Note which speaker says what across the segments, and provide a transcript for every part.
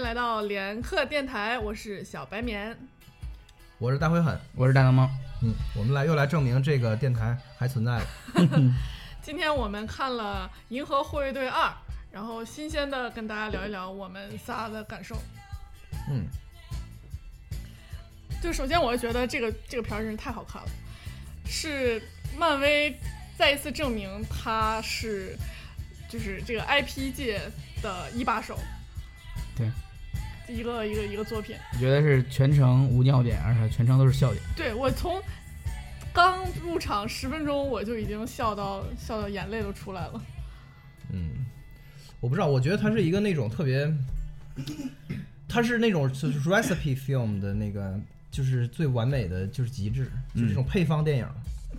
Speaker 1: 来到联客电台，我是小白棉。
Speaker 2: 我是大灰狠，
Speaker 3: 我是大龙猫，
Speaker 2: 嗯，我们来又来证明这个电台还存在了。
Speaker 1: 今天我们看了《银河护卫队二》，然后新鲜的跟大家聊一聊我们仨的感受。
Speaker 2: 嗯，
Speaker 1: 就首先，我是觉得这个这个片儿真是太好看了，是漫威再一次证明他是就是这个 IP 界的一把手。
Speaker 3: 对，
Speaker 1: 一个一个一个作品。
Speaker 3: 我觉得是全
Speaker 2: 嗯
Speaker 3: 程无尿点，而且全程都是笑点。
Speaker 1: 对我从刚入场十分钟，我就已经笑到笑到眼泪都出来了。
Speaker 2: 嗯，我不知道，我觉得它是一个那种特别，它是那种就是 recipe film 的那个，就是最完美的就是极致，就是
Speaker 3: 嗯
Speaker 2: 这种配方电影。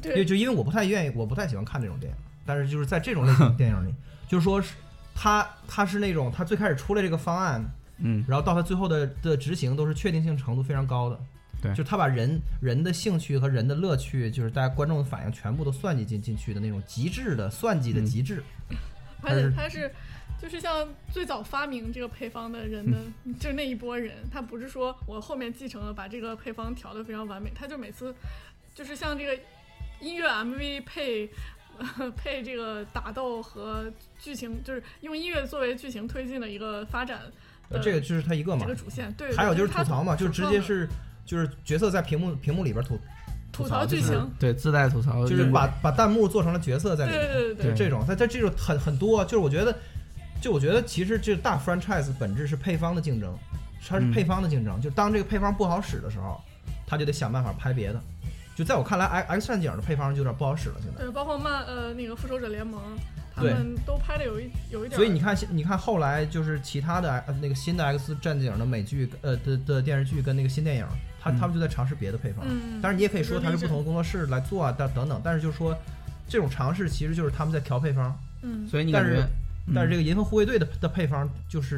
Speaker 2: 因为
Speaker 1: 对
Speaker 2: 就因为我不太愿意，我不太喜欢看这种电影，但是就是在这种类型的电 影里，就是说是它它是那种它最开始出来这个方案，
Speaker 3: 嗯，
Speaker 2: 然后到它最后的的执行都是确定性程度非常高的。
Speaker 3: 对
Speaker 2: 就他把人人的兴趣和人的乐趣，就是大家观众的反应全部都算计进进去的那种极致的算计的极致。
Speaker 1: 而且
Speaker 2: 是
Speaker 1: 他是就是像最早发明这个配方的人的，
Speaker 2: 嗯
Speaker 1: 就那一波人，他不是说我后面继承了把这个配方调的非常完美，他就每次就是像这个音乐 MV 配。 配这个打斗和剧情，就是用音乐作为剧情推进的一个发展
Speaker 2: 呃
Speaker 1: 的
Speaker 2: 这个就是他一个嘛
Speaker 1: 这个。主线。对，
Speaker 2: 还有就是
Speaker 1: 他
Speaker 2: 吐槽嘛，就直接是就是角色在屏幕屏幕里边吐
Speaker 1: 吐
Speaker 2: 槽
Speaker 1: 槽
Speaker 2: 就
Speaker 1: 剧
Speaker 2: 是
Speaker 1: 情，
Speaker 3: 嗯对，自带吐槽，
Speaker 2: 就是把把弹幕做成了角色在
Speaker 1: 对
Speaker 2: 里
Speaker 1: 对
Speaker 2: 面。
Speaker 1: 对对
Speaker 2: 就
Speaker 1: 对
Speaker 2: 这种，它它这种很很多，就是我觉得，就我觉得其实这大 franchise 本质是配方的竞争，它是
Speaker 3: 嗯
Speaker 2: 配方的竞争，就当这个配方不好使的时候，他就得想办法拍别的。就在我看来，X X 战警的配方就有点不好使了，现在。
Speaker 1: 对，包括漫呃那个复仇者联盟，他
Speaker 2: 对
Speaker 1: 们都拍的有一有一点儿，
Speaker 2: 所以你看，你看后来就是其他的呃那个新的 X 战警的美剧，呃的的电视剧跟那个新电影，他
Speaker 3: 嗯
Speaker 2: 他们就在尝试别的配方。
Speaker 1: 嗯，
Speaker 2: 当然，你也可以说它是
Speaker 1: 就是
Speaker 2: 不同的工作室来做啊，等等等。但是就是说，这种尝试其实就是他们在调配方。
Speaker 1: 嗯，
Speaker 3: 所以你感
Speaker 2: 但
Speaker 3: 觉
Speaker 2: 是，但是这个
Speaker 3: 这
Speaker 2: 银河护卫队的的配方就是，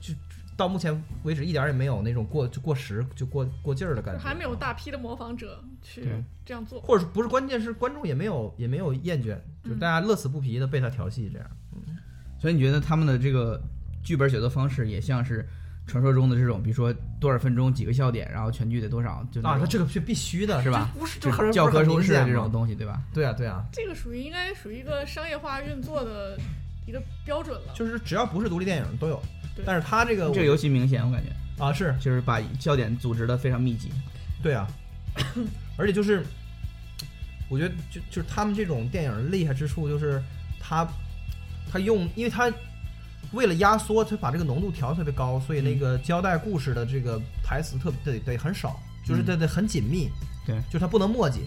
Speaker 2: 就到目前为止一点儿也没有那种过就过时就过过劲儿的感
Speaker 1: 就
Speaker 2: 觉，啊
Speaker 1: 还没有，大批的模仿者去
Speaker 3: 对
Speaker 1: 这样做。
Speaker 2: 或者是不是关键是观众也没有也没有厌倦，
Speaker 1: 嗯
Speaker 2: 就是大家乐此不疲的被他调戏这样。
Speaker 3: 所以你觉得他们的这个剧本写作方式也像是传说中的这种，比如说多少分钟几个笑点，然后全剧得多少，就那
Speaker 2: 啊，
Speaker 3: 种
Speaker 2: 他这个是必须的，
Speaker 3: 是吧？
Speaker 2: 这不是
Speaker 3: 就
Speaker 2: 这很
Speaker 3: 教科
Speaker 2: 不是
Speaker 3: 书
Speaker 2: 很明
Speaker 3: 式
Speaker 2: 显
Speaker 3: 的
Speaker 2: 吗
Speaker 3: 这种东西，对吧？
Speaker 2: 对啊对啊，
Speaker 1: 这个属于应该属于一个商业化运作的一个标准了。
Speaker 2: 就是只要不是独立电影都有
Speaker 1: 对，
Speaker 2: 但是他这个我
Speaker 3: 这个尤其明显，我感觉
Speaker 2: 啊是
Speaker 3: 就是把笑点组织的非常 密集。
Speaker 2: 对啊， 而且就是，我觉得就就是他们这种电影厉害之处就是他他用，因为他为了压缩，他把这个浓度调得特别高，所以那个交代故事的这个台词特得得很少，就是得得很紧密，
Speaker 3: 对
Speaker 2: 就是他不能墨迹。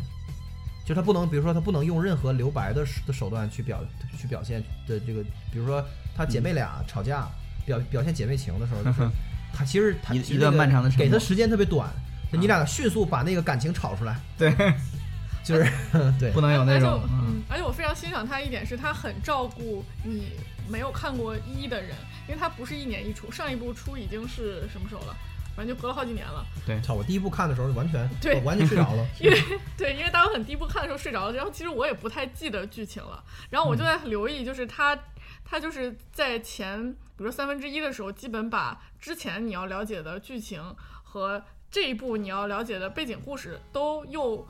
Speaker 2: 就是他不能，比如说他不能用任何留白的手的手段去表去表现的这个，比如说她姐妹俩吵架，表表现姐妹情的时候，就是他其实他
Speaker 3: 一
Speaker 2: 其实
Speaker 3: 一段
Speaker 2: 那个
Speaker 3: 漫长的啊沉
Speaker 2: 给他
Speaker 3: 默
Speaker 2: 时间特别短，就你俩迅速把那个感情炒出来，
Speaker 3: 对，
Speaker 2: 就是 对
Speaker 3: 啊不能有那
Speaker 1: 而且
Speaker 3: 种
Speaker 1: 我，
Speaker 3: 嗯，
Speaker 1: 而且我非常欣赏他一点是，他很照顾你没有看过一的人，因为他不是一年一出，上一部出已经是什么时候了？反正就隔了好几年了。
Speaker 2: 操！我第一部看的时候完全
Speaker 1: 对
Speaker 2: 我完全睡着了，
Speaker 1: 对，因为当时很第一部看的时候睡着了，然后其实我也不太记得剧情了，然后我就在留意，就是他，他就是在前，比如说三分之一的时候，基本把之前你要了解的剧情和这一部你要了解的背景故事都又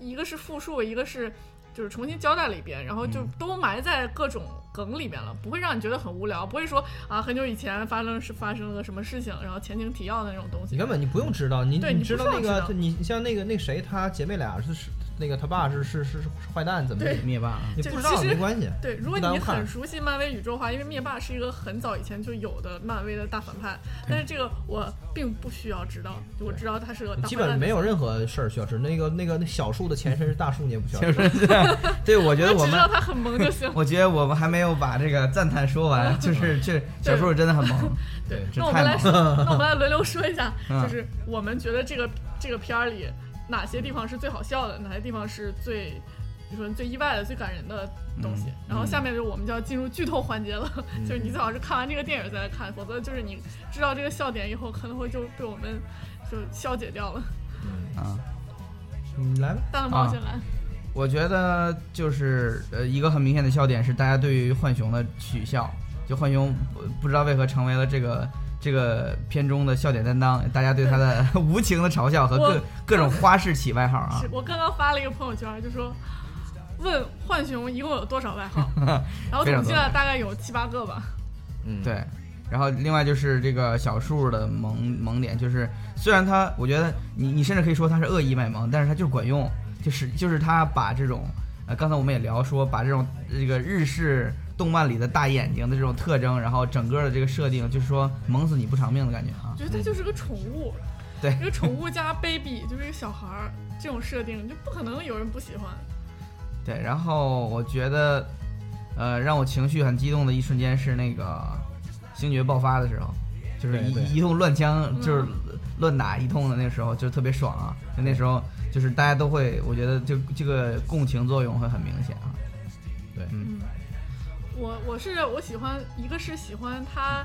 Speaker 1: 一个是复述，一个是就是重新交代了一遍，然后就都埋在各种梗里面了，不会让你觉得很无聊，不会说啊很久以前发生是发生了个什么事情，然后前情提要的那种东
Speaker 2: 你
Speaker 1: 西。
Speaker 2: 根本你不用知道，你
Speaker 1: 对你不
Speaker 2: 知道
Speaker 1: 需要
Speaker 2: 那个
Speaker 1: 知道
Speaker 2: 你你像那个那谁，他姐妹俩是是那个他爸是是是是坏蛋怎么的，
Speaker 3: 灭霸啊，
Speaker 2: 你
Speaker 1: 就
Speaker 2: 不知
Speaker 1: 其
Speaker 2: 道
Speaker 1: 实
Speaker 2: 没关系，
Speaker 1: 对，如果
Speaker 2: 不耽
Speaker 1: 你
Speaker 2: 误看
Speaker 1: 很熟悉漫威宇宙的话，因为灭霸是一个很早以前就有的漫威的大反派，但是这个我并不需要知道，我知道他是个大
Speaker 2: 基
Speaker 1: 坏
Speaker 2: 本
Speaker 1: 蛋。
Speaker 2: 没有任何事儿需要知。那个那个那小树的前身是大树，你也不需要
Speaker 3: 就
Speaker 2: 知。
Speaker 3: 是对，我觉得
Speaker 1: 我
Speaker 3: 我
Speaker 1: 只知
Speaker 3: 们。
Speaker 1: 道他很萌就行
Speaker 3: 我觉得我们还没有把这个赞叹说完，就是 这小叔真的很萌，
Speaker 2: 对
Speaker 3: 这
Speaker 1: 那我
Speaker 3: 太
Speaker 1: 们来，
Speaker 3: 猛 了
Speaker 1: 那我们来轮流说一下，
Speaker 3: 嗯
Speaker 1: 就是我们觉得这个这个片儿里哪些地方是最好笑的，哪些地方是最，比如说最意外的、最感人的东西。
Speaker 3: 嗯
Speaker 1: 然后下面就是我们就要进入剧透环节了，就是你最好是看完这个电影再来看，否则就是你知道这个笑点以后，可能会就被我们就消解掉了。
Speaker 3: 啊。
Speaker 2: 你嗯来吧，
Speaker 1: 大冷猫
Speaker 3: 啊
Speaker 1: 先来。
Speaker 3: 我觉得就是呃，一个很明显的笑点是大家对于浣熊的取笑，就浣熊不不知道为何成为了这个这个片中的笑点担当，大家对他的无情的嘲笑和各
Speaker 1: 我
Speaker 3: 各种花式起外号 啊
Speaker 1: 是，我刚刚发了一个朋友圈，就说问浣熊一共有多少外号，然后
Speaker 3: 非常
Speaker 1: 统计了大概有七八个吧。
Speaker 2: 嗯，
Speaker 3: 对。然后另外就是这个小树的萌萌点，就是虽然他，我觉得你你甚至可以说他是恶意卖萌，但是他就是管用，就是就是他把这种呃，刚才我们也聊说，把这种这个日式动漫里的大眼睛的这种特征，然后整个的这个设定，就是说萌死你不偿命的感觉啊
Speaker 1: 我。觉得它就是个宠物，
Speaker 3: 对
Speaker 1: 一个宠物加 baby 就是一个小孩儿，这种设定就不可能有人不喜欢。
Speaker 3: 对，然后我觉得，呃，让我情绪很激动的一瞬间是那个星爵爆发的时候，就是
Speaker 2: 对对
Speaker 3: 一一通乱枪，
Speaker 1: 嗯
Speaker 3: 就是乱打一通的那时候，就特别爽啊！就那时候，就是大家都会，我觉得就这个共情作用会很明显啊。
Speaker 1: 嗯，我我是我喜欢，一个是喜欢它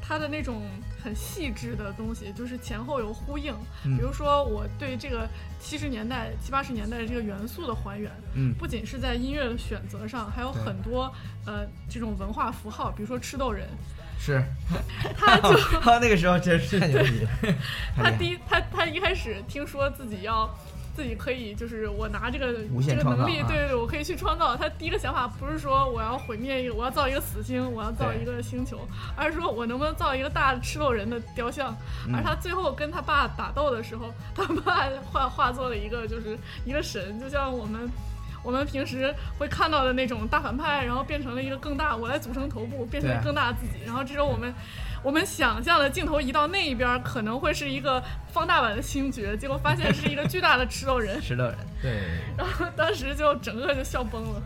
Speaker 1: 它的那种很细致的东西，就是前后有呼应。
Speaker 3: 嗯
Speaker 1: 比如说，我对这个七十年代、七八十年代的这个元素的还原，
Speaker 3: 嗯
Speaker 1: 不仅是在音乐的选择上，还有
Speaker 3: 对
Speaker 1: 很多呃这种文化符号，比如说吃豆人，
Speaker 3: 是，
Speaker 1: 他 就
Speaker 3: 那个时候真是
Speaker 2: 太牛逼了！
Speaker 1: 他
Speaker 3: 太厉害
Speaker 1: 第一他他一开始听说自己要。自己可以，就是我拿这个
Speaker 3: 无限
Speaker 1: 这个
Speaker 3: 创造
Speaker 1: 能力，
Speaker 3: 啊
Speaker 1: 对对对，我可以去创造。他第一个想法不是说我要毁灭一个，我要造一个死星，我要造
Speaker 3: 对
Speaker 1: 一个星球，而是说我能不能造一个大吃豆人的雕像。
Speaker 3: 嗯
Speaker 1: 而他最后跟他爸打斗的时候，他爸画画作了一个就是一个神，就像我们我们平时会看到的那种大反派，然后变成了一个更大，我来组成头部，变
Speaker 3: 对啊，
Speaker 1: 成更大的自己。然后这时候我们我们想象的镜头移到那一边儿，可能会是一个放大版的星爵，结果发现是一个巨大的吃豆人
Speaker 3: 石头人，
Speaker 2: 对，
Speaker 1: 然后当时就整个就笑崩了。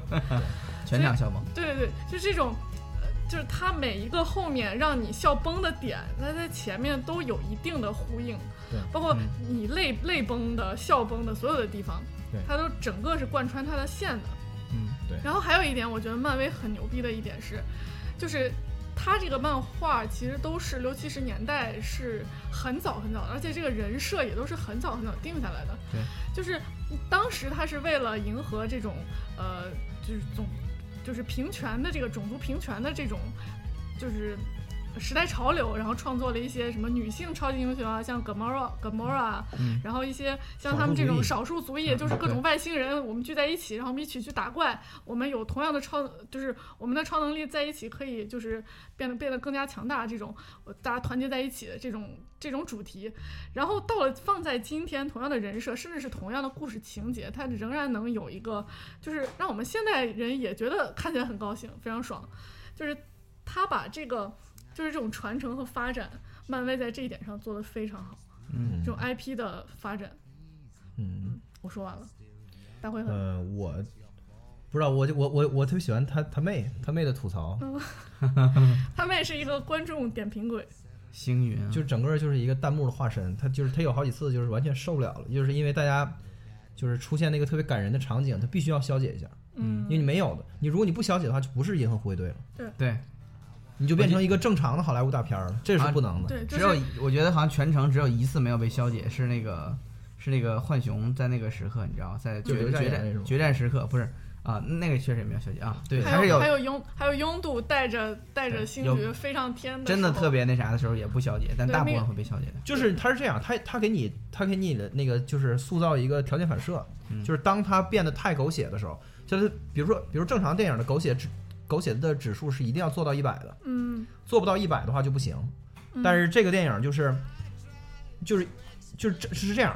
Speaker 3: 全场笑萌。
Speaker 1: 对对对，就这种，呃，就是它每一个后面让你笑崩的点，它在前面都有一定的呼应
Speaker 2: 对，嗯
Speaker 1: 包括你泪泪崩的、笑崩的所有的地方
Speaker 2: 对，
Speaker 1: 它都整个是贯穿它的线的。
Speaker 3: 嗯，
Speaker 1: 然后还有一点，我觉得漫威很牛逼的一点是，就是它这个漫画其实都是六七十年代是很早很早的，而且这个人设也都是很早很早定下来的。
Speaker 3: 对，
Speaker 1: 就是当时它是为了迎合这种呃，就是种就是平权的这个种族平权的这种就是。时代潮流，然后创作了一些什么女性超级英雄啊，像 Gamora、Gamora，、
Speaker 3: 嗯
Speaker 1: 然后一些像他们这种少数族裔，
Speaker 3: 嗯
Speaker 1: 就是各
Speaker 3: 对
Speaker 1: 种外星人，我们聚在一起，然后我们一起去打怪，我们有同样的超，就是我们的超能力在一起可以就是变得变得更加强大，这种呃大家团结在一起的这种这种主题，然后到了放在今天同样的人设，甚至是同样的故事情节，它仍然能有一个就是让我们现代人也觉得看起来很高兴，非常爽，就是他把这个就是这种传承和发展，漫威在这一点上做得非常好，
Speaker 3: 嗯
Speaker 1: 这种 IP 的发展。
Speaker 2: 嗯。
Speaker 1: 我说完了，大会
Speaker 3: 嗯
Speaker 1: 很
Speaker 2: 呃，我不知道，我就我我我特别喜欢他他妹他妹的吐槽，
Speaker 1: 他们也是一个观众点评鬼，
Speaker 3: 星云啊
Speaker 2: 就是整个就是一个弹幕的化身，他就是他有好几次就是完全受不了了，就是因为大家就是出现那个特别感人的场景，他必须要消解一下，
Speaker 1: 嗯
Speaker 2: 因为你没有的，你如果你不消解的话，就不是银河护卫队了，
Speaker 3: 对，
Speaker 2: 你就变成一个正常的好莱坞大片儿了，这是不能的。
Speaker 1: 对，就
Speaker 3: 只有
Speaker 1: 是
Speaker 3: 一我觉得好像全程只有一次没有被消解，是那个是那个浣熊在那个时刻，你知道，在
Speaker 2: 就
Speaker 3: 决
Speaker 2: 留下
Speaker 3: 决
Speaker 2: 眼泪是吗
Speaker 3: 战决战时刻不是啊，那个确实也没有消解啊，
Speaker 2: 对
Speaker 3: 还
Speaker 1: 还
Speaker 3: 是
Speaker 1: 有
Speaker 3: 有
Speaker 1: 还有拥还有拥堵带着带着
Speaker 3: 对
Speaker 1: 星
Speaker 3: 有
Speaker 1: 爵飞上天的，
Speaker 3: 真的特。别那啥的时候也不消解，但
Speaker 1: 对
Speaker 3: 大部
Speaker 1: 那个
Speaker 3: 分会被消解的。
Speaker 2: 就是他是这样，他他给你他给你的那个就是塑造一个条件反射，
Speaker 3: 嗯
Speaker 2: 就是当他变得太狗血的时候，就是比如说比如正常电影的狗血指狗血的指数是一定要做到一百的，
Speaker 1: 嗯，
Speaker 2: 做不到一百的话就不行。
Speaker 1: 嗯
Speaker 2: 但是这个电影就是，就是，就是这是这样，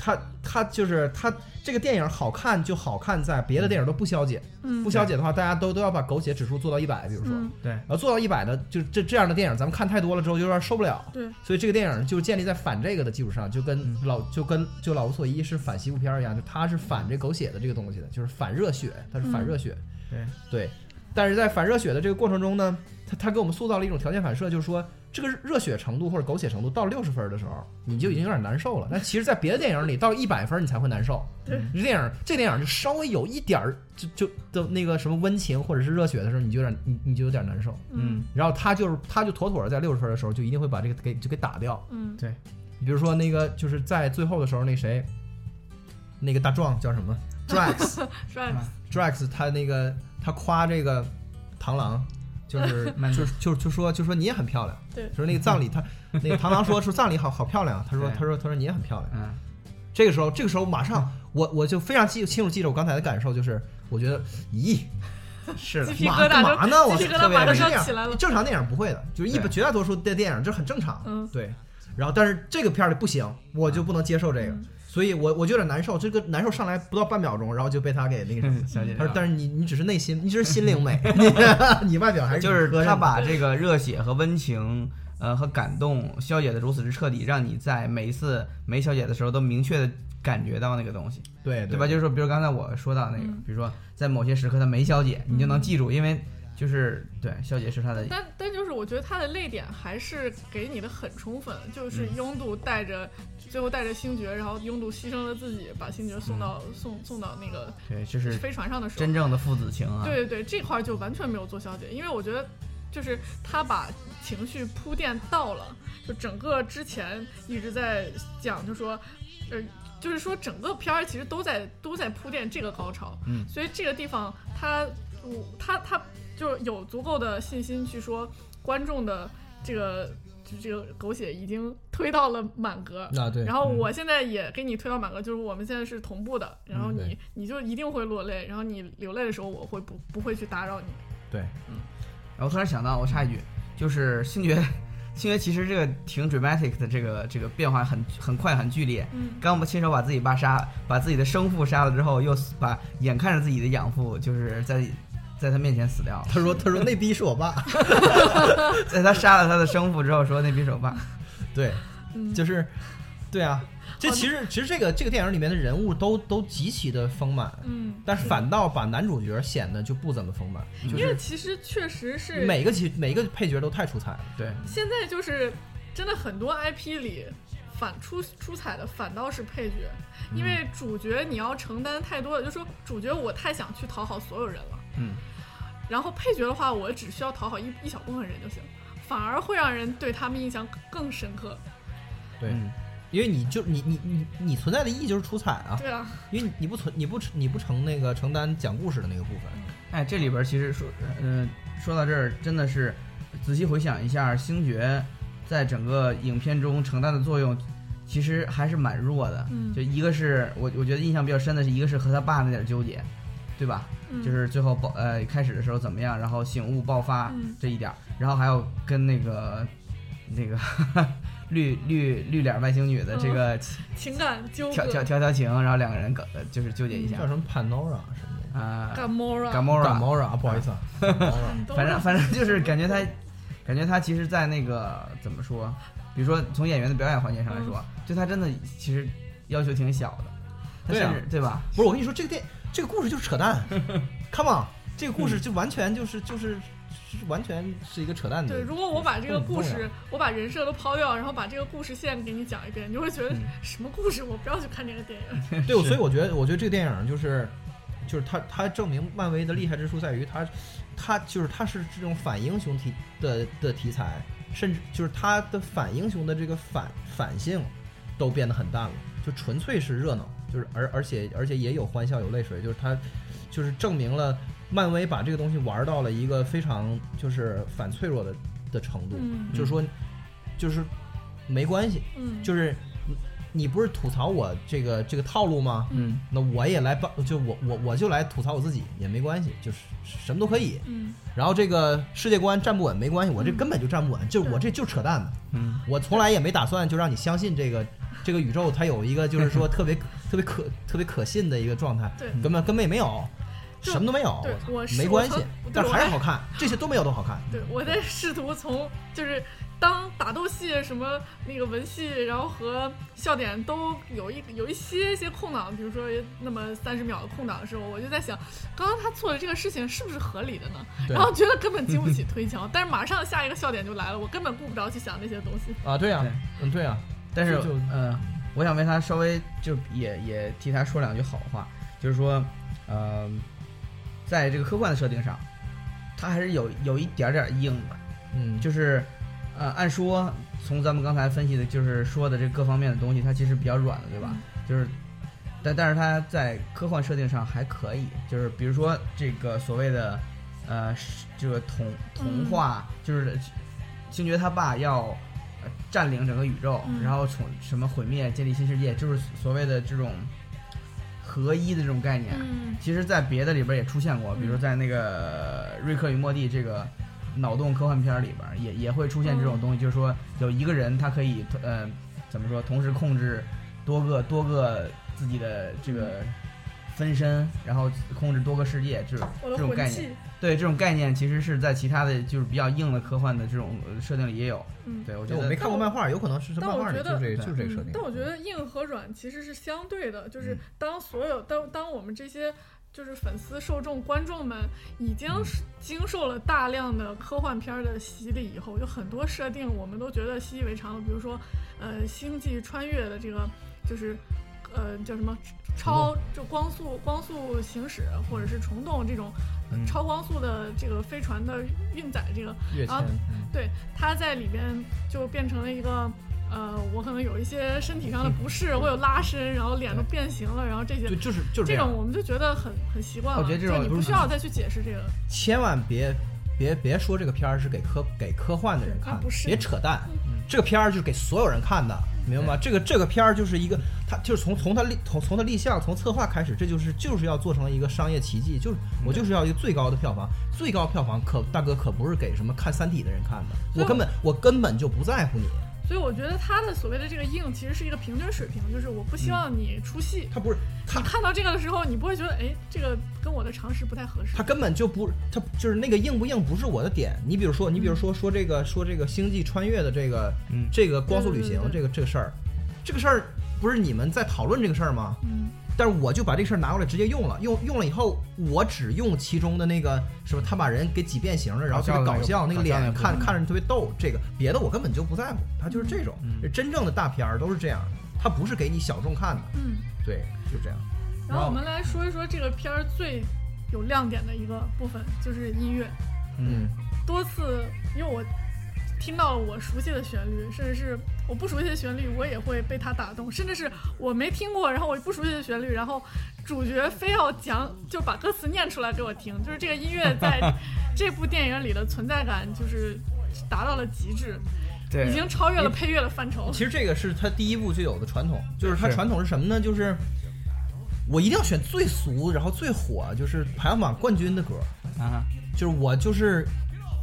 Speaker 2: 它它就是它这个电影好看就好看在别的电影都不消解，
Speaker 1: 嗯
Speaker 2: 不消解的话，大家都都要把狗血指数做到一百，比如说，
Speaker 1: 嗯
Speaker 3: 对，
Speaker 2: 然后做到一百的，就这这样的电影，咱们看太多了之后就有点受不了。
Speaker 1: 对，
Speaker 2: 所以这个电影就建立在反这个的基础上，就跟老就跟就老无所依是反西部片儿一样，就他是反这狗血的这个东西的，就是反热血，他
Speaker 1: 嗯
Speaker 2: 是反热血。
Speaker 3: 对
Speaker 2: 对，但是在反热血的这个过程中呢，他他给我们塑造了一种条件反射，就是说这个热血程度或者狗血程度到六十分的时候，你就已经有点难受了。但其实，在别的电影里，到一百分你才会难受。
Speaker 1: 对
Speaker 2: 这电影这电影就稍微有一点儿就就的那个什么温情或者是热血的时候，你就有点你你就有点难受。
Speaker 1: 嗯
Speaker 2: 然后他就是他就妥妥的在六十分的时候就一定会把这个给就给打掉。
Speaker 1: 嗯
Speaker 2: 你比如说那个就是在最后的时候，那谁，那个大壮叫什么 Drax
Speaker 1: 帅，
Speaker 2: Drax 他那个他夸这个螳螂就是
Speaker 3: 慢
Speaker 2: 就
Speaker 3: 点
Speaker 2: 就就说就说你也很漂亮，
Speaker 1: 对
Speaker 2: 就是那个葬礼 他那个唐唐说说葬礼好好漂亮啊，他说
Speaker 3: 对
Speaker 2: 他说他说你也很漂亮。
Speaker 3: 嗯，
Speaker 2: 这个时候这个时候马上我我就非常记清楚记着我刚才的感受，就是我觉得咦，
Speaker 3: 是
Speaker 1: 鸡
Speaker 3: 的，
Speaker 1: 皮
Speaker 2: 马
Speaker 1: 疙瘩
Speaker 2: 干
Speaker 1: 就
Speaker 2: 嘛呢？我
Speaker 1: 鸡皮疙
Speaker 2: 是
Speaker 1: 瘩
Speaker 2: 特别
Speaker 1: 马
Speaker 2: 不
Speaker 1: 上就
Speaker 2: 是这样
Speaker 1: 起来了
Speaker 2: 正常电影不会的，就是一
Speaker 3: 对
Speaker 2: 般绝大多数的电影这很正常。
Speaker 1: 嗯
Speaker 2: 对。然后，但是这个片儿里不行，我
Speaker 3: 啊
Speaker 2: 就不能接受这个，
Speaker 1: 嗯
Speaker 2: 所以我我就有点难受。这个难受上来不到半秒钟，然后就被他给那个 什么。
Speaker 3: 小姐姐
Speaker 2: 他说：“但是你你只是内心，你只是心灵 美， 你外表还是
Speaker 3: 就是
Speaker 2: 挺磕碜的
Speaker 3: 他把这个热血和温情，呃，和感动消解的如此之彻底，让你在每一次梅小姐的时候都明确的感觉到那个东西，
Speaker 2: 对
Speaker 3: 对吧？就是说，比如刚才我说到那个，
Speaker 1: 嗯
Speaker 3: 比如说在某些时刻，她梅小姐，你就能记住，因为就是对，小姐是她的，
Speaker 1: 但但就是我觉得他的泪点还是给你的很充分，就是
Speaker 3: 嗯
Speaker 1: 拥堵带着最后带着星爵，然后拥堵牺牲了自己，把星爵送到、送送到那个
Speaker 3: 对，这是
Speaker 1: 飞船上的时候
Speaker 3: 真，正的父子情啊。
Speaker 1: 对对对，这块儿就完全没有做消解，因为我觉得就是他把情绪铺垫到了，就整个之前一直在讲，就说，呃，就是说整个片儿其实都在都在铺垫这个高潮，
Speaker 3: 嗯
Speaker 1: 所以这个地方他我他他就有足够的信心去说观众的这个。就这个狗血已经推到了满格，
Speaker 2: 啊对
Speaker 1: 然后我现在也给你推到满格，就是我们现在是同步的，然后
Speaker 2: 嗯
Speaker 1: 你、
Speaker 2: 对
Speaker 1: 你就一定会落泪，然后你流泪的时候，我会不不会去打扰你。
Speaker 2: 嗯对
Speaker 3: 然后我突然想到，我插一句，就是星爵，星爵其实这个挺 dramatic 的，这个这个变化很很快很剧烈。
Speaker 1: 嗯，
Speaker 3: 刚我们亲手把自己爸杀，把自己的生父杀了之后，又把眼看着自己的养父就是在在他面前死掉了，
Speaker 2: 他说他说那逼是我爸，
Speaker 3: 在他杀了他的生父之后说那匕首爸，
Speaker 2: 对，
Speaker 1: 嗯哦
Speaker 2: 就是对啊，这其实其实这个这个电影里面的人物都都极其的丰满，
Speaker 1: 嗯，
Speaker 2: 但是反倒把男主角显得就不怎么丰满，就
Speaker 1: 因为
Speaker 2: 是
Speaker 1: 其实确实是
Speaker 2: 每个其每个配角都太出彩了。
Speaker 3: 对，
Speaker 1: 现在就是真的很多 IP 里反出出彩的反倒是配角，因为
Speaker 2: 嗯
Speaker 1: 主角你要承担太多的，就是说主角我太想去讨好所有人了，
Speaker 3: 嗯，
Speaker 1: 然后配角的话，我只需要讨好一一小部分人就行，反而会让人对他们印象更深刻。
Speaker 2: 对
Speaker 3: 嗯
Speaker 2: 因为你就你你你你存在的意义就是出彩啊，
Speaker 1: 对啊，
Speaker 2: 因为你不存你不你不承那个承担讲故事的那个部分，
Speaker 3: 哎，这里边其实说，嗯、说到这儿，真的是仔细回想一下，星爵在整个影片中承担的作用，其实还是蛮弱的。
Speaker 1: 嗯
Speaker 3: 就一个是我我觉得印象比较深的是，一个是和他爸那点纠结，对吧？
Speaker 1: 嗯
Speaker 3: 就是最后爆呃开始的时候怎么样，然后醒悟爆发
Speaker 1: 嗯
Speaker 3: 这一点儿，然后还有跟那个那个 绿绿绿脸外星女的
Speaker 1: 哦
Speaker 3: 这个
Speaker 1: 情感纠
Speaker 3: 调调
Speaker 1: 葛。
Speaker 3: 调调情，然后两个人搞呃就是纠结一
Speaker 1: 啊
Speaker 3: 下
Speaker 2: 叫什么 Panora 什么
Speaker 1: 嗯
Speaker 2: 的
Speaker 3: 啊。
Speaker 1: 感冒了，
Speaker 3: 感冒了
Speaker 2: 感，冒啊，不好意思啊，Gamora
Speaker 1: 嗯都
Speaker 3: 反正
Speaker 1: 是
Speaker 3: 反正就是感觉他，感觉他其实，在那个怎么说，比如说从演员的表演环节上来说，对他真的其实要求挺小的，他
Speaker 2: 对啊
Speaker 3: 甚至对吧？
Speaker 2: 不是我跟你说这个电这个故事就是扯淡，Come on，这个故事就完全就是就是就是完全是一个扯淡的
Speaker 1: 对，。如果我把
Speaker 3: 嗯
Speaker 1: 这个故
Speaker 2: 不
Speaker 1: 事，我把人设都抛掉，然后把这个故事线给你讲一遍，你就会觉得
Speaker 3: 嗯
Speaker 1: 什么故事？我不要去看这个电影。
Speaker 2: 对，所以我觉得，我觉得这个电影就是，就是它它证明漫威的厉害之处在于它，它就是它是这种反英雄题的的题材，甚至就是它的反英雄的这个反反性都变得很淡了，就纯粹是热闹，就是而而且而且也有欢笑有泪水，就是它就是证明了漫威把这个东西玩到了一个非常就是反脆弱的的程度，
Speaker 1: 嗯
Speaker 2: 就是说就是没关系，
Speaker 1: 嗯，
Speaker 2: 就是你你不是吐槽我这个这个套路吗？
Speaker 3: 嗯，
Speaker 2: 那我也来帮，就我我我就来吐槽我自己也没关系，就是什么都可以。
Speaker 1: 嗯
Speaker 2: 然后这个世界观站不稳没关系，我这根本就站不稳，就我这就扯淡的。
Speaker 3: 嗯，
Speaker 2: 我从来也没打算就让你相信这个这个宇宙它有一个就是说特别特别可 特别可信的一个状态，
Speaker 1: 对
Speaker 2: 根本根本也没有，
Speaker 1: 就
Speaker 2: 什么都没有
Speaker 1: 对，我是
Speaker 2: 没关系
Speaker 1: 我曾，对
Speaker 2: 但是
Speaker 1: 我
Speaker 2: 还是
Speaker 1: 还
Speaker 2: 好看，这些都没有都好看。
Speaker 1: 对，我在试图从就是当打斗戏什么那个文戏，然后和笑点都有一有一些些空档，比如说那么三十秒的空档的时候，我就在想，刚刚他做的这个事情是不是合理的呢？
Speaker 2: 对
Speaker 1: 然后觉得根本经不 起推敲，但是马上下一个笑点就来了，我根本顾不着去想那些东西。
Speaker 2: 啊，对啊
Speaker 3: 对，
Speaker 2: 嗯，对啊，
Speaker 3: 但是
Speaker 2: 这就
Speaker 3: 呃，我想为他稍微就也也替他说两句好话，就是说，呃，在这个科幻的设定上，他还是有有一点点硬的，
Speaker 2: 嗯，
Speaker 3: 就是，呃，按说从咱们刚才分析的，就是说的这各方面的东西，它其实比较软的，对
Speaker 1: 嗯
Speaker 3: 吧？就是，但但是它在科幻设定上还可以，就是比如说这个所谓的，呃是这个童童话，
Speaker 1: 嗯
Speaker 3: 就是呃星爵他爸要呃占领整个宇宙，
Speaker 1: 嗯
Speaker 3: 然后从什么毁灭建立新世界，就是所谓的这种合一的这种概念。
Speaker 1: 嗯
Speaker 3: 其实，在别的里边也出现过，比如在那个《瑞克与莫蒂》这个脑洞科幻片里边，也也会出现这
Speaker 1: 嗯
Speaker 3: 种东西，就是说有一个人他可以呃怎么说，同时控制多个多个自己的这个
Speaker 1: 嗯
Speaker 3: 分身，然后控制多个世界，就是
Speaker 1: 我
Speaker 3: 这
Speaker 1: 的
Speaker 3: 种
Speaker 1: 魂
Speaker 3: 概念。
Speaker 1: 器，
Speaker 3: 对，这种概念其实是在其他的就是比较硬的科幻的这种呃设定里也有。
Speaker 1: 嗯。
Speaker 3: 对，我觉
Speaker 2: 哎就我
Speaker 3: 得
Speaker 2: 没看过漫画，有可能是他
Speaker 1: 但
Speaker 2: 漫
Speaker 1: 我
Speaker 2: 画里
Speaker 1: 觉
Speaker 2: 就
Speaker 1: 得
Speaker 2: 是这就是这个设
Speaker 1: 嗯
Speaker 2: 定。
Speaker 1: 但我觉得硬和软其实是相对的，就是
Speaker 2: 嗯
Speaker 1: 当所有当当我们这些就是粉丝、受众、观众们已经是经受了大量的科幻片儿的洗礼以后，有很多设定我们都觉得习以为常了，比如说呃星际穿越的这个就是呃叫什么超就光速光速行驶或者是虫洞这种
Speaker 2: 嗯
Speaker 1: 超光速的这个飞船的运载这个
Speaker 2: 跃
Speaker 1: 然后
Speaker 2: 嗯
Speaker 1: 对，他在里边就变成了一个，呃，我可能有一些身体上的不适，我有拉伸，然后脸都变形了，然后这些
Speaker 2: 就就是就是
Speaker 1: 这
Speaker 2: 样
Speaker 1: 种，我们就觉得很很习惯
Speaker 3: 我
Speaker 1: 了。
Speaker 3: 觉得这
Speaker 1: 就
Speaker 3: 种
Speaker 1: 你不需要再去解释这个。
Speaker 2: 千万别别别说这个片儿是给科给科幻的人看
Speaker 1: 啊
Speaker 2: 的，
Speaker 1: 不是嗯
Speaker 2: 别扯淡。这个片儿就是给所有人看的，明白吗？这个这个片儿就是一个，它就是从从它立从从它立项从策划开始，这就是就是要做成一个商业奇迹，就是我就是要一个最高的票房，最高票房可大哥可不是给什么看《三体》的人看的，
Speaker 1: 所以
Speaker 2: 我根本我根本就不在乎你，
Speaker 1: 所以我觉得他的所谓的这个硬，其实是一个平均水平，就是我不希望你出戏。
Speaker 2: 他不是他
Speaker 1: 你看到这个的时候，你不会觉得，哎，这个跟我的常识不太合适
Speaker 2: 他。根本就不，他就是那个硬不硬不是我的点。你比如说，你比如说说这个说这个星际穿越的这个，
Speaker 3: 嗯
Speaker 2: 这个光速旅行
Speaker 1: 对对对对
Speaker 2: 这个这个事儿，这个事儿不是你们在讨论这个事儿吗？
Speaker 1: 嗯，
Speaker 2: 但是我就把这个事儿拿过来直接用了，用用了以后，我只用其中的那个什么，他把人给挤变形了，然后特别搞
Speaker 3: 搞笑
Speaker 2: 笑，
Speaker 3: 的那个
Speaker 2: 那个
Speaker 3: 搞笑那
Speaker 2: 脸
Speaker 3: 部
Speaker 2: 看
Speaker 3: 分
Speaker 2: 看着特别逗，这个别的我根本就不在乎，他就是这种
Speaker 3: 嗯，
Speaker 2: 真正的大片儿都是这样，他不是给你小众看的，
Speaker 1: 嗯。
Speaker 2: 对，就这样。
Speaker 1: 然后我们来说一说这个片儿最有亮点的一个部分，就是音乐。
Speaker 2: 嗯，
Speaker 1: 多次，因为我听到我熟悉的旋律，甚至是我不熟悉的旋律，我也会被它打动，甚至是我没听过，然后我不熟悉的旋律，然后主角非要讲，就把歌词念出来给我听，就是这个音乐在这部电影里的存在感就是达到了极致，
Speaker 3: 对
Speaker 1: 已经超越了配乐的范畴。
Speaker 2: 其实这个是他第一部就有的传统，就是他
Speaker 3: 是
Speaker 2: 传统是什么呢？就是我一定要选最俗，然后最火，就是排行榜冠军的歌，
Speaker 3: 啊，
Speaker 2: 就是我就是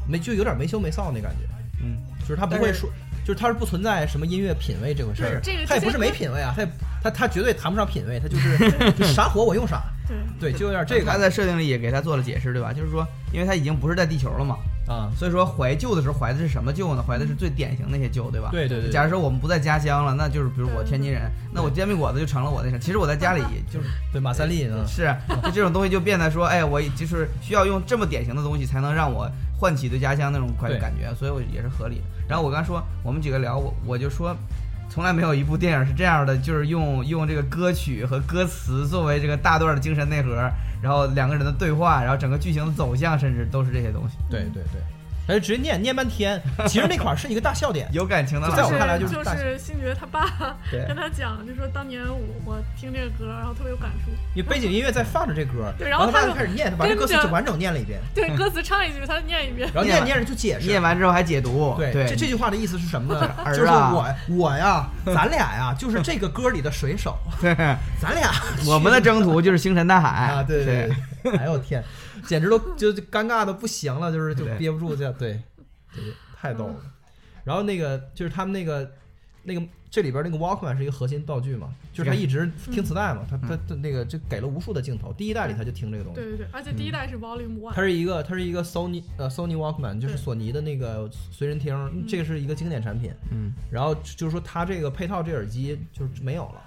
Speaker 2: 没就有点没羞没臊那感觉，
Speaker 3: 嗯，
Speaker 2: 就是他不
Speaker 3: 但
Speaker 2: 会
Speaker 3: 是
Speaker 2: 说，就是他是不存在什么音乐品味这回事
Speaker 1: 对
Speaker 2: 儿，
Speaker 1: 这个
Speaker 2: 他也不
Speaker 1: 这
Speaker 2: 是
Speaker 1: 些
Speaker 2: 没
Speaker 1: 歌
Speaker 2: 品味啊，他也他他绝对谈不上品味，他就是就啥火我用啥，
Speaker 1: 对，
Speaker 2: 对，就有点这个
Speaker 3: 他
Speaker 2: 感
Speaker 3: 在设定里也给他做了解释，对吧？就是说，因为他已经不是在地球了嘛，
Speaker 2: 觉啊，
Speaker 3: 所以说怀旧的时候怀的是什么旧呢？怀的是最典型的那些旧，对吧？
Speaker 2: 对对对
Speaker 3: 假如说我们不在家乡了，那就是比如我天津人，那我
Speaker 2: 对
Speaker 3: 煎饼果子就成了我那啥。其实我在家里就是
Speaker 2: 对马三立啊呢，
Speaker 3: 是， 就这种东西就变得说，哎，我就是需要用这么典型的东西才能让我唤起对家乡那种快
Speaker 2: 对
Speaker 3: 感觉，所以我也是合理的。然后我刚说我们几个聊，我我就说。从来没有一部电影是这样的，就是用用这个歌曲和歌词作为这个大段的精神内核，然后两个人的对话，然后整个剧情的走向，甚至都是这些东西，，
Speaker 2: 对对对，他就直接念念半天，其实那块儿是一个大笑点
Speaker 3: 有感情的
Speaker 2: 就
Speaker 3: 老
Speaker 2: 在
Speaker 3: 师
Speaker 2: 我看来就是
Speaker 1: 就
Speaker 2: 大
Speaker 1: 是星爵他爸
Speaker 3: 对
Speaker 1: 跟他讲，就说当年我我听这个歌，然后特别有感触。
Speaker 2: 因为背景音乐在放着这歌，
Speaker 1: 对
Speaker 2: 然
Speaker 1: 然后
Speaker 2: 他
Speaker 1: 他
Speaker 2: 就
Speaker 1: 就
Speaker 2: 开始念，他把这
Speaker 1: 跟
Speaker 2: 歌词
Speaker 1: 着
Speaker 2: 就完整念了一遍。
Speaker 1: 对，歌词唱一句，他念一遍。
Speaker 2: 然后念着念着就解释
Speaker 3: 念。完之后还解读，
Speaker 2: 对，
Speaker 3: 对，
Speaker 2: 这这句话的意思是什么呢？
Speaker 3: 儿啊
Speaker 2: 就是我我呀，咱俩呀，就是这个歌里的水手，
Speaker 3: 对，
Speaker 2: 咱俩
Speaker 3: 我们的征途就是星辰大海
Speaker 2: 啊，对对，对，哎呦我天，简直都就就尴尬的不行了，就是就
Speaker 3: 对
Speaker 2: 憋不住这样，对，对，太逗了。然后那个就是他们那个那个这里边那个 Walkman 是一个核心道具嘛，就是他
Speaker 3: 对嗯
Speaker 2: 一直听磁带嘛，他他他那个就给了无数的镜头，第一代里他就听这个东西
Speaker 1: 对。对对，而且第一代是 Volume One。
Speaker 2: 它是一个，它是一个 Sony 呃 Sony Walkman，就是索尼的那个随身
Speaker 1: 嗯
Speaker 2: 听，这个是一个经典产品。
Speaker 3: 嗯，
Speaker 2: 然后就是说它这个配套这耳机就是没有了，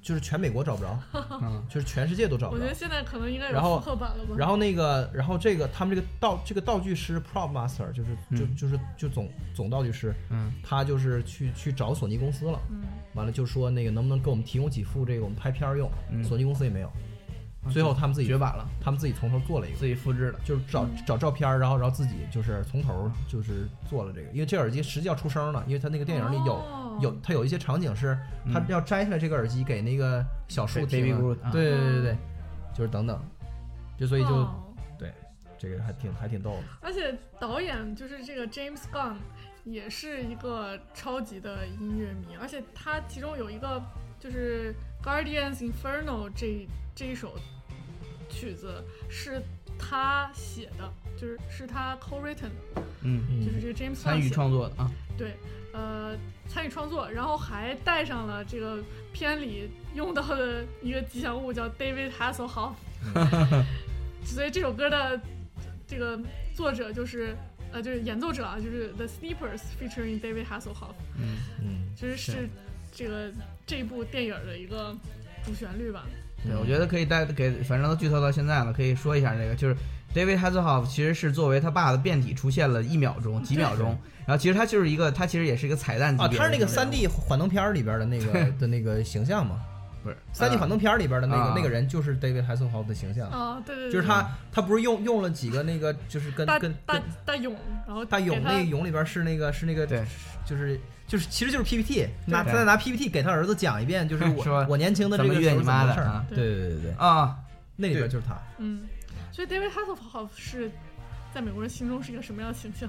Speaker 2: 就是全美国找不着，
Speaker 3: 嗯，
Speaker 2: 就是全世界都找
Speaker 1: 我
Speaker 2: 不
Speaker 1: 觉
Speaker 2: 着
Speaker 1: 得。现在可能应该有
Speaker 2: 然后
Speaker 1: 复刻版了吧。
Speaker 2: 然后那个，然后这个他们这个道这个道具师 Prop Master 就是就
Speaker 3: 嗯
Speaker 2: 就是就总总道具师，
Speaker 3: 嗯，
Speaker 2: 他就是去去找索尼公司了，
Speaker 1: 嗯，
Speaker 2: 完了就说那个能不能给我们提供几副这个我们拍片儿用，
Speaker 3: 嗯啊
Speaker 2: 索尼公司也没有，最后他们自己
Speaker 3: 绝版了，
Speaker 2: 他们自己从头做了一个。
Speaker 3: 自己复制了，
Speaker 2: 就是找
Speaker 1: 嗯
Speaker 2: 找照片儿，然后然后自己就是从头就是做了这个，因为这耳机实际要出声了，因为它那个电影里有、
Speaker 1: 哦
Speaker 2: 有它有一些场景是他要摘下来这个耳机给那个小树
Speaker 3: 嗯对
Speaker 2: 听
Speaker 3: 啊 Baby Groot，
Speaker 2: 啊，
Speaker 3: 啊
Speaker 2: 对对对对对，就是等等，就所以就、
Speaker 1: 哦
Speaker 2: 对，这个还挺还挺逗的。
Speaker 1: 而且导演就是这个 James Gunn，也是一个超级的音乐迷，而且他其中有一个就是《Guardians Inferno 这》这一首曲子是他写的，就是是他 co-written 的，
Speaker 3: 嗯，
Speaker 2: 嗯
Speaker 1: 就是这个 James Gunn
Speaker 3: 参与
Speaker 1: 写的
Speaker 3: 创作的啊，
Speaker 1: 对，呃，参与创作，然后还带上了这个片里用到的一个吉祥物，叫 David Hasselhoff。所以这首歌的这个作者就是，呃，就是演奏者啊，就是 The Sleepers featuring David Hasselhoff，
Speaker 3: 嗯，
Speaker 2: 嗯，
Speaker 1: 就是
Speaker 3: 是
Speaker 1: 是这个这部电影的一个主旋律吧。
Speaker 3: 对，
Speaker 2: 嗯
Speaker 3: 我觉得可以带给，反正都剧透到现在了，可以说一下这个，就是 David Hasselhoff 其实是作为他爸的变体出现了一秒钟、几秒钟，然后其实他就是一个，他其实也是一个彩蛋级
Speaker 2: 啊，
Speaker 3: 别
Speaker 2: 他是那个
Speaker 3: 的人
Speaker 2: 三
Speaker 3: 物
Speaker 2: D 幻灯片儿里边的那 个的那个形象嘛，
Speaker 3: 不是
Speaker 2: 三 D
Speaker 3: 啊
Speaker 2: 幻灯片儿里边的那个
Speaker 3: 啊
Speaker 2: 那个人就是 David Hasselhoff 的形象，
Speaker 1: 啊，对对对，
Speaker 2: 就是他他不是用用了几个那个就是跟
Speaker 1: 大
Speaker 2: 跟
Speaker 1: 大
Speaker 2: 跟
Speaker 1: 大勇，然后
Speaker 2: 大
Speaker 1: 给
Speaker 2: 勇
Speaker 1: 他
Speaker 2: 那个勇里边是那个是那个
Speaker 3: 对
Speaker 2: 就是就是其实就是 PPT 拿
Speaker 3: 对
Speaker 2: 他再拿 PPT 给他儿子讲一遍， 就是
Speaker 3: 说
Speaker 2: 我我年轻的这个
Speaker 3: 怎么约
Speaker 2: 时候
Speaker 3: 你妈
Speaker 2: 怎么
Speaker 3: 的
Speaker 2: 回事儿
Speaker 3: 啊
Speaker 2: 对对对对，
Speaker 3: 啊，
Speaker 2: 那里边就是他，
Speaker 1: 嗯，所以 David Hasselhoff 是在美国人心中是一个什么样的形象？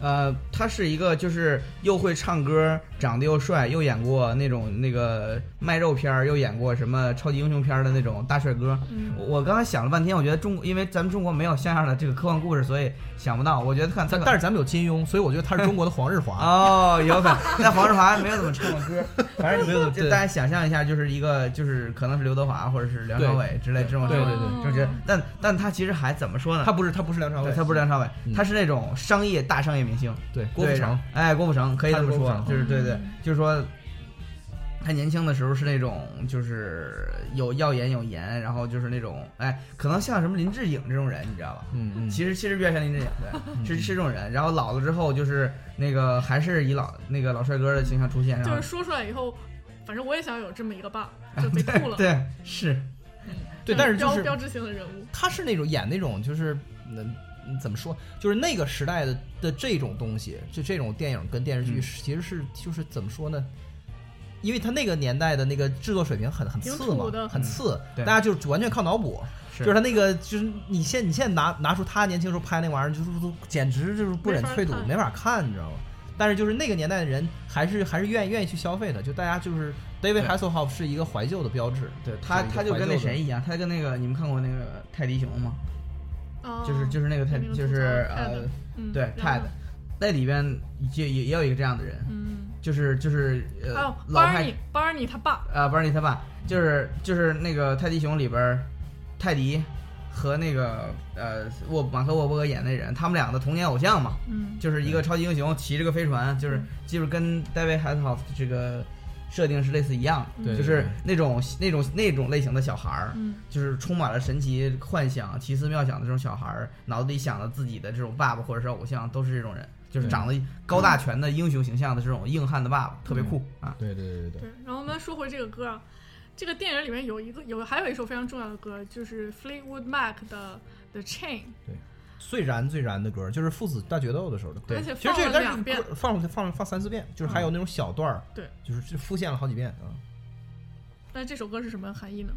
Speaker 3: 呃，他是一个就是又会唱歌，长得又帅，又演过那种那个卖肉片儿，又演过什么超级英雄片儿的那种大帅哥。
Speaker 1: 嗯
Speaker 3: 我我刚才想了半天，我觉得中国，因为咱们中国没有像样的这个科幻故事，所以想不到。我觉得看他
Speaker 2: 但
Speaker 3: 可
Speaker 2: 但是咱们有金庸，所以我觉得他是中国的黄日华，
Speaker 3: 哦，有可能。但黄日华没有怎么唱过歌，反正你
Speaker 2: 没有怎么
Speaker 3: 就
Speaker 2: 对
Speaker 3: 大家想象一下，就是一个就是可能是刘德华或者是梁朝伟之类这种
Speaker 2: 哦对
Speaker 3: 这
Speaker 2: 对
Speaker 3: 种
Speaker 2: 对
Speaker 3: 这种角色，但但他其实还怎么说呢？
Speaker 2: 他不是他不是梁朝
Speaker 3: 对
Speaker 2: 伟，
Speaker 3: 他不是梁朝伟
Speaker 2: 嗯，
Speaker 3: 他是那种商业大商业明星。
Speaker 2: 对郭富
Speaker 3: 对
Speaker 2: 城，，
Speaker 3: 哎，郭富城可以
Speaker 2: 他
Speaker 3: 这
Speaker 2: 是
Speaker 3: 么
Speaker 2: 郭富
Speaker 3: 说
Speaker 2: 城，
Speaker 3: 就是对对
Speaker 1: 嗯，
Speaker 3: 就是说。他年轻的时候是那种，就是有耀眼有颜，然后就是那种，哎，可能像什么林志颖这种人，你知道吧？
Speaker 2: 嗯嗯，
Speaker 3: 其实其实比较像林志颖， 对，是是这种人。然后老了之后，就是那个还是以老那个老帅哥的形象出现，然
Speaker 1: 就
Speaker 3: 后
Speaker 1: 是说出来以后，反正我也想有这么一个爸，就 被吐了。
Speaker 3: 对是
Speaker 2: 对，但是就
Speaker 1: 标
Speaker 2: 是
Speaker 1: 标志性的人物，
Speaker 2: 他是那种演那种就是嗯嗯怎么说，就是那个时代的的这种东西，就这种电影跟电视剧
Speaker 3: 嗯
Speaker 2: 是其实是就是怎么说呢？因为他那个年代的那个制作水平很很
Speaker 1: 挺
Speaker 2: 次嘛
Speaker 1: 土的，
Speaker 2: 很次，
Speaker 3: 对
Speaker 2: 大家就是完全靠脑补。
Speaker 3: 是
Speaker 2: 嗯就是他那个，就是你现你现在拿拿出他年轻时候拍那玩意儿，就是都简直就是不忍
Speaker 1: 没法
Speaker 2: 退睹，
Speaker 1: 看
Speaker 2: 没法看，你知道吗？但是就是那个年代的人还是还是愿意愿意去消费的，就大家就是 David
Speaker 3: 对
Speaker 2: Hasselhoff 是一个怀旧的标志，
Speaker 3: 对他
Speaker 2: 是一个
Speaker 3: 他就
Speaker 2: 怀
Speaker 3: 跟
Speaker 2: 旧的
Speaker 3: 那谁一样，他跟那个你们看过那个泰迪熊吗？
Speaker 1: 啊
Speaker 3: 就是就是那个泰
Speaker 1: 那个
Speaker 3: 就是
Speaker 1: 吐槽
Speaker 3: 呃
Speaker 1: Ted 嗯
Speaker 3: 对
Speaker 1: 然后
Speaker 3: Ted，那里边就也也有一个这样的人，
Speaker 1: 嗯，
Speaker 3: 就是就是呃
Speaker 1: 还有
Speaker 3: 老派
Speaker 1: Barney Barney 他爸，
Speaker 3: 啊，不是你他爸，就是就是那个泰迪熊里边儿，泰迪和那个呃沃马克沃伯格演那人，他们俩的童年偶像嘛，
Speaker 1: 嗯，
Speaker 3: 就是一个超级英雄骑着个飞船，就是就是跟 David h a s s e l 这个设定是类似一样，
Speaker 2: 对
Speaker 3: 就是那种那种那种类型的小孩儿。
Speaker 1: 嗯
Speaker 3: 就是充满了神奇幻想、奇思妙想的这种小孩儿，脑子里想的自己的这种爸爸或者是偶像，都是这种人，就是
Speaker 2: 对
Speaker 3: 长得高大全的英雄形象的这种硬汉的爸爸，特别酷啊！
Speaker 2: 对对对对
Speaker 1: 对。然后我们说回这个歌啊，这个电影里面有一个有还有一首非常重要的歌，就是 Fleetwood Mac 的 The Chain，
Speaker 2: 最燃最燃的歌，就是父子大决斗的时候的歌。
Speaker 1: 而且
Speaker 2: 其实
Speaker 1: 放
Speaker 2: 这
Speaker 1: 了
Speaker 2: 但
Speaker 1: 两
Speaker 2: 是
Speaker 1: 遍嗯
Speaker 2: 歌放了放了放三四遍，就是还有那种小段儿，
Speaker 1: 对，
Speaker 2: 就是就复现了好几遍啊。
Speaker 1: 那这首歌是什么含义呢？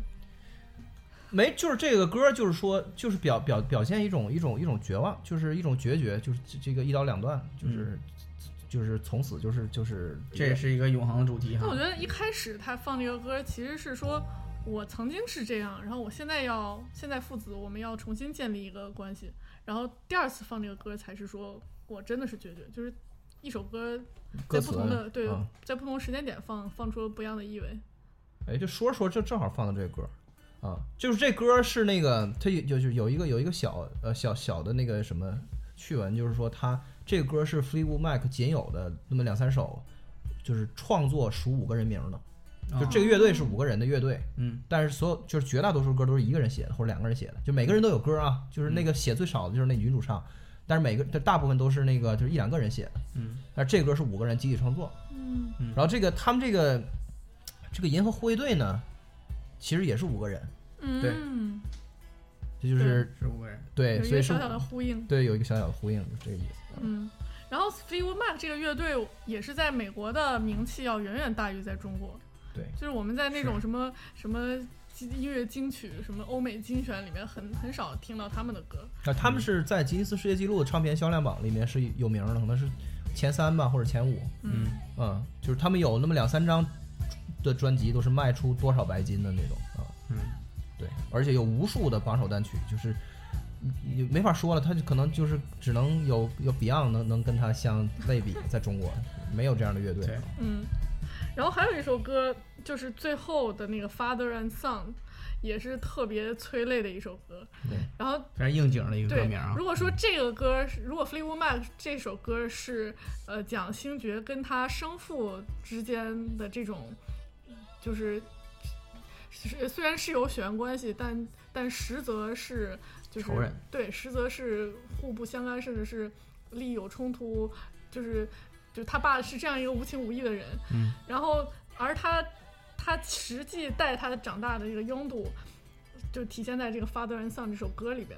Speaker 2: 没，就是这个歌，就是说，就是表表表现一种一种一种绝望，就是一种决绝，就是这这个一刀两断，
Speaker 1: 嗯
Speaker 2: 就是、就是从此就是就是
Speaker 3: 这也是一个永恒的主题哈。
Speaker 1: 那我觉得一开始他放这个歌，其实是说我曾经是这样，然后我现在要现在父子我们要重新建立一个关系，然后第二次放这个歌才是说我真的是决绝，就是一首歌
Speaker 2: 歌
Speaker 1: 在
Speaker 2: 词
Speaker 1: 不同的对、
Speaker 2: 啊
Speaker 1: 在不同时间点放放出了不一样的意味。
Speaker 2: 哎，就说着说着就正好放到这个歌儿啊，就是这歌儿是那个它有就是有一个有一个小呃小小的那个什么趣闻，就是说它这个歌儿是 Fleetwood Mac 仅有的那么两三首，就是创作属五个人名儿的，就这个乐队是五个人的乐队，
Speaker 3: 嗯，
Speaker 2: 但是所有就是绝大多数歌都是一个人写的或者两个人写的，就每个人都有歌啊，就是那个写最少的就是那女主唱，但是每个但大部分都是那个就是一两个人写的，
Speaker 3: 嗯，
Speaker 2: 但是这个歌是五个人集体创作，
Speaker 1: 嗯
Speaker 2: 然后这个他们这个这个银河护卫队呢，其实也是五个人，
Speaker 3: 对
Speaker 1: 嗯，
Speaker 2: 这就是
Speaker 3: 是五个人。
Speaker 2: 对
Speaker 1: 有一
Speaker 2: 所
Speaker 1: 个
Speaker 2: 以是
Speaker 1: 小小的呼应。
Speaker 2: 对有一个小小的呼应，就这个意思。
Speaker 1: 嗯，然后 Fleetwood Mac 这个乐队也是在美国的名气要远远大于在中国。
Speaker 2: 对
Speaker 1: 就是我们在那种什么什么音乐金曲什么欧美精选里面很很少听到他们的歌。
Speaker 2: 那他们是在吉尼斯世界纪录的唱片销量榜里面是有名的，可能是前三吧，或者前五。
Speaker 3: 嗯，
Speaker 2: 嗯，就是他们有那么两三张的专辑都是卖出多少白金的那种啊。
Speaker 3: 嗯，
Speaker 2: 对，而且有无数的榜首单曲，就是你没法说了，他就可能就是只能有有 Beyond 能能跟他相类比，在中国没有这样的乐队。
Speaker 3: 对
Speaker 1: 嗯，然后还有一首歌就是最后的那个《Father and Son》，也是特别催泪的一首歌。
Speaker 2: 对
Speaker 1: 然后
Speaker 3: 非常应景的一个歌
Speaker 1: 对
Speaker 3: 名啊，
Speaker 1: 如果说这个歌是，如果 Fleetwood Mac 这首歌是呃讲星爵跟他生父之间的这种，就是是虽然是有血缘关系，但但实则是就是
Speaker 3: 仇人
Speaker 1: 对，实则是互不相干，甚至是利益有冲突，就是就他爸是这样一个无情无义的人，
Speaker 3: 嗯，
Speaker 1: 然后而他他实际带他长大的这个拥堵。就体现在这个《Father and Son》这首歌里边，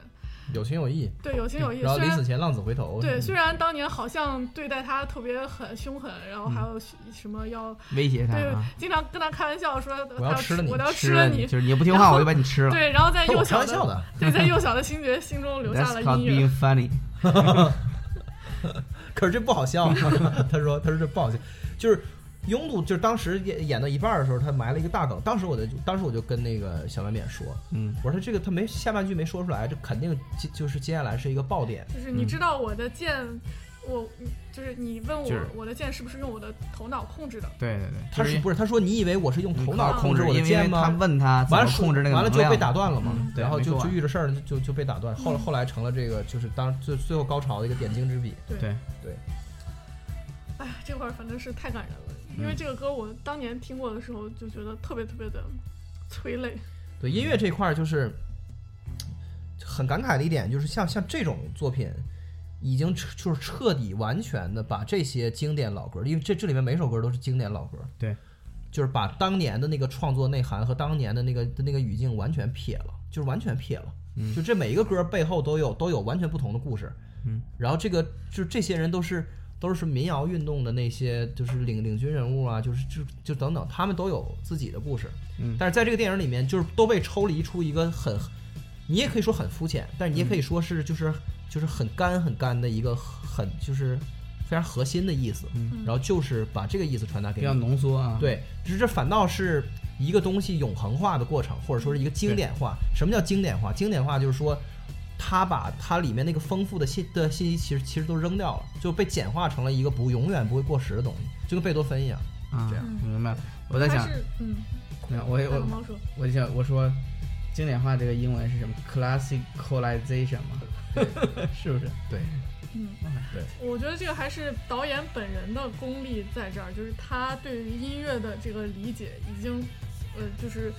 Speaker 2: 有情有义。
Speaker 1: 对，有情有义。
Speaker 2: 嗯然后
Speaker 1: 虽
Speaker 2: 临死
Speaker 1: 然
Speaker 2: 前浪子回头。嗯
Speaker 1: 对，虽然当年好像对待他特别狠凶狠，然后还
Speaker 2: 嗯
Speaker 1: 有什么要、
Speaker 3: 威胁他
Speaker 1: 对
Speaker 3: 啊，，
Speaker 1: 经常跟他开玩笑说
Speaker 2: 我要吃了你
Speaker 1: 我都要
Speaker 3: 吃
Speaker 1: 吃了
Speaker 3: 你，
Speaker 1: 你。
Speaker 3: 就是你不听话我就把你吃了。
Speaker 1: 对，然后在
Speaker 2: 但
Speaker 1: 幼
Speaker 2: 我开
Speaker 1: 小
Speaker 2: 玩笑的，
Speaker 1: 对， 在幼小的星爵心中留下
Speaker 3: That's
Speaker 1: 了
Speaker 3: called
Speaker 1: 阴影
Speaker 3: being。funny。
Speaker 2: 可是这不 好笑。他说，他说这不好笑，就是。拥堵就是当时演演到一半的时候，他埋了一个大梗。当时我就，当时我就跟那个小满脸说，
Speaker 3: 嗯，
Speaker 2: 我说这个他没下半句没说出来，这肯定接就是接下来是一个爆点。
Speaker 1: 就是你知道我的剑，我就是你问我、
Speaker 3: 嗯就是
Speaker 1: 我的剑是不是用我的头脑控制的？
Speaker 3: 对对对，
Speaker 2: 他
Speaker 3: 就是
Speaker 2: 不是他说你以为我是用
Speaker 3: 你
Speaker 2: 头
Speaker 3: 靠
Speaker 2: 脑
Speaker 3: 控
Speaker 2: 制我的
Speaker 3: 因为
Speaker 2: 剑
Speaker 3: 他
Speaker 2: 吗？
Speaker 3: 问他怎
Speaker 2: 完
Speaker 3: 么
Speaker 2: 了说
Speaker 3: 控制那个
Speaker 2: 完了就
Speaker 3: 能量
Speaker 2: 被打断了嘛，
Speaker 1: 嗯
Speaker 3: 对
Speaker 2: 然后
Speaker 3: 没
Speaker 2: 就
Speaker 3: 做
Speaker 2: 就
Speaker 3: 完
Speaker 2: 遇着事儿就就就被打断，后来后来成了这个就是当最最后高潮的一个点睛之笔。
Speaker 3: 对，
Speaker 1: 哎呀，这会儿反正是太感人了，因为
Speaker 3: 嗯
Speaker 1: 这个歌我当年听过的时候就觉得特别特别的催泪。
Speaker 2: 对音乐这块儿就是很感慨的一点，就是像像这种作品，已经彻就是彻底完全的把这些经典老歌，因为这这里面每首歌都是经典老歌，
Speaker 3: 对，
Speaker 2: 就是把当年的那个创作内涵和当年的那个那个语境完全撇了，就是完全撇了。
Speaker 3: 嗯
Speaker 2: 就这每一个歌背后都有都有完全不同的故事，
Speaker 3: 嗯，
Speaker 2: 然后这个就这些人都是都是民谣运动的那些就是领领军人物啊，就是就就等等，他们都有自己的故事，
Speaker 3: 嗯
Speaker 2: 但是在这个电影里面，就是都被抽离出一个很，你也可以说很肤浅，但是你也可以说是就是、就是很干很干的一个很就是非常核心的意思，
Speaker 3: 嗯
Speaker 2: 然后就是把这个意思传达给
Speaker 3: 比
Speaker 2: 你
Speaker 3: 较，浓缩啊。，
Speaker 2: 对，就是这反倒是一个东西永恒化的过程，或者说是一个经典化。什么叫经典化？经典化就是说，它把它里面那个丰富的信的信息，其实其实都扔掉了，就被简化成了一个不永远不会过时的东西，就跟贝多芬一样。
Speaker 3: 啊
Speaker 2: 这样，
Speaker 3: 明白了。我在
Speaker 1: 还
Speaker 3: 想，
Speaker 1: 嗯是嗯，
Speaker 3: 没有我
Speaker 1: 大
Speaker 3: 我
Speaker 1: 龙猫说，
Speaker 3: 我想我说，经典化这个英文是什么？classicalization 嘛，是不是？
Speaker 2: 对，
Speaker 1: 嗯。我觉得这个还是导演本人的功力在这儿，就是他对于音乐的这个理解已经，呃，就是